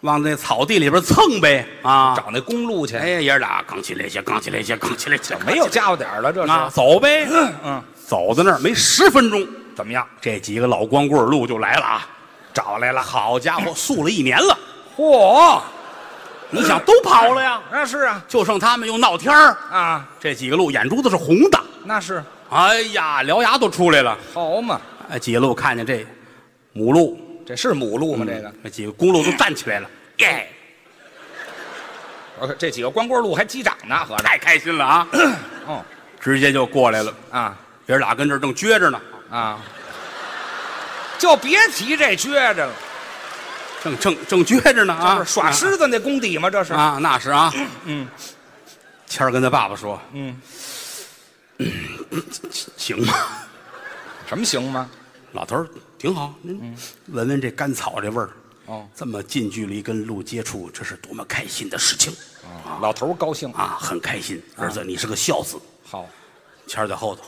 B: 往那草地里边蹭呗啊！
C: 找那公路去，
B: 哎，爷儿俩刚起来些，刚起来些，刚起来些，
C: 没有家伙点儿了，这
B: 啊，
C: 是。
B: 走呗。
C: 嗯，
B: 走到那儿没十分钟，
C: 怎么样？
B: 这几个老光棍儿路就来了啊，找来了。好家 伙，宿了一年了，
C: 嚯，
B: 你想都跑了呀？
C: 那是啊，
B: 就剩他们又闹天儿，
C: 啊，
B: 这几个路眼珠子是红的，
C: 那是
B: 哎呀，獠牙都出来了。
C: 好嘛，
B: 哎，几个路看见这母鹿，
C: 这是母鹿
B: 嗯
C: 吗？这个，
B: 那几个公鹿都站起来了，耶，
C: 我看这几个光棍鹿还击掌呢，合着。
B: 太开心了啊！
C: 哦，
B: 直接就过来了。
C: 啊
B: 爷儿俩跟这儿正撅着呢，
C: 啊，就别提这撅着了，
B: 正正正撅着呢
C: 这
B: 啊，
C: 是耍狮子那功底吗？这是。
B: 啊，那是啊，嗯。谦儿跟他爸爸说嗯
C: 嗯，：“
B: 行吗
C: 什么行吗？？”
B: 老头儿挺好，您闻闻这干草这味儿，
C: 哦，
B: 这么近距离跟鹿接触，这是多么开心的事情
C: 嗯老头儿高兴啊，
B: 啊！很开心，儿子，你是个孝子。
C: 好，
B: 谦儿在后头，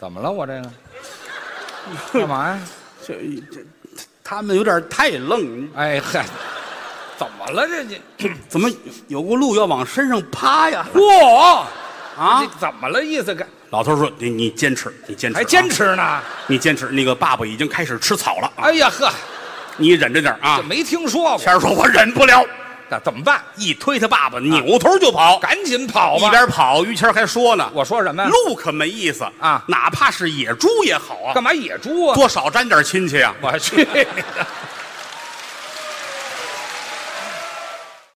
C: 怎么了？我这 个干嘛呀？
B: 这这他们有点太愣，
C: 哎嗨，怎么了这你？
B: 怎么有过路要往身上趴呀？
C: 嚯！
B: 啊
C: 这！哎怎么了意思？干
B: 老头说：“你你坚持，你坚持，
C: 还坚
B: 持，
C: 持呢？
B: 你坚持。那个爸爸已经开始吃草了，啊
C: 哎呀呵，
B: 你忍着点啊
C: 这。”没听说过，
B: 谦儿说：“我忍不了。
C: 那怎么办？”
B: 一推他爸爸，扭头就跑，
C: 赶紧跑吧！
B: 一边啊跑，于谦儿还说呢
C: 我说什么呀？：“
B: 路可没意思
C: 啊
B: 哪怕是野猪也好啊，
C: 干嘛野猪啊？
B: 多少沾点亲戚啊。
C: 我去你的！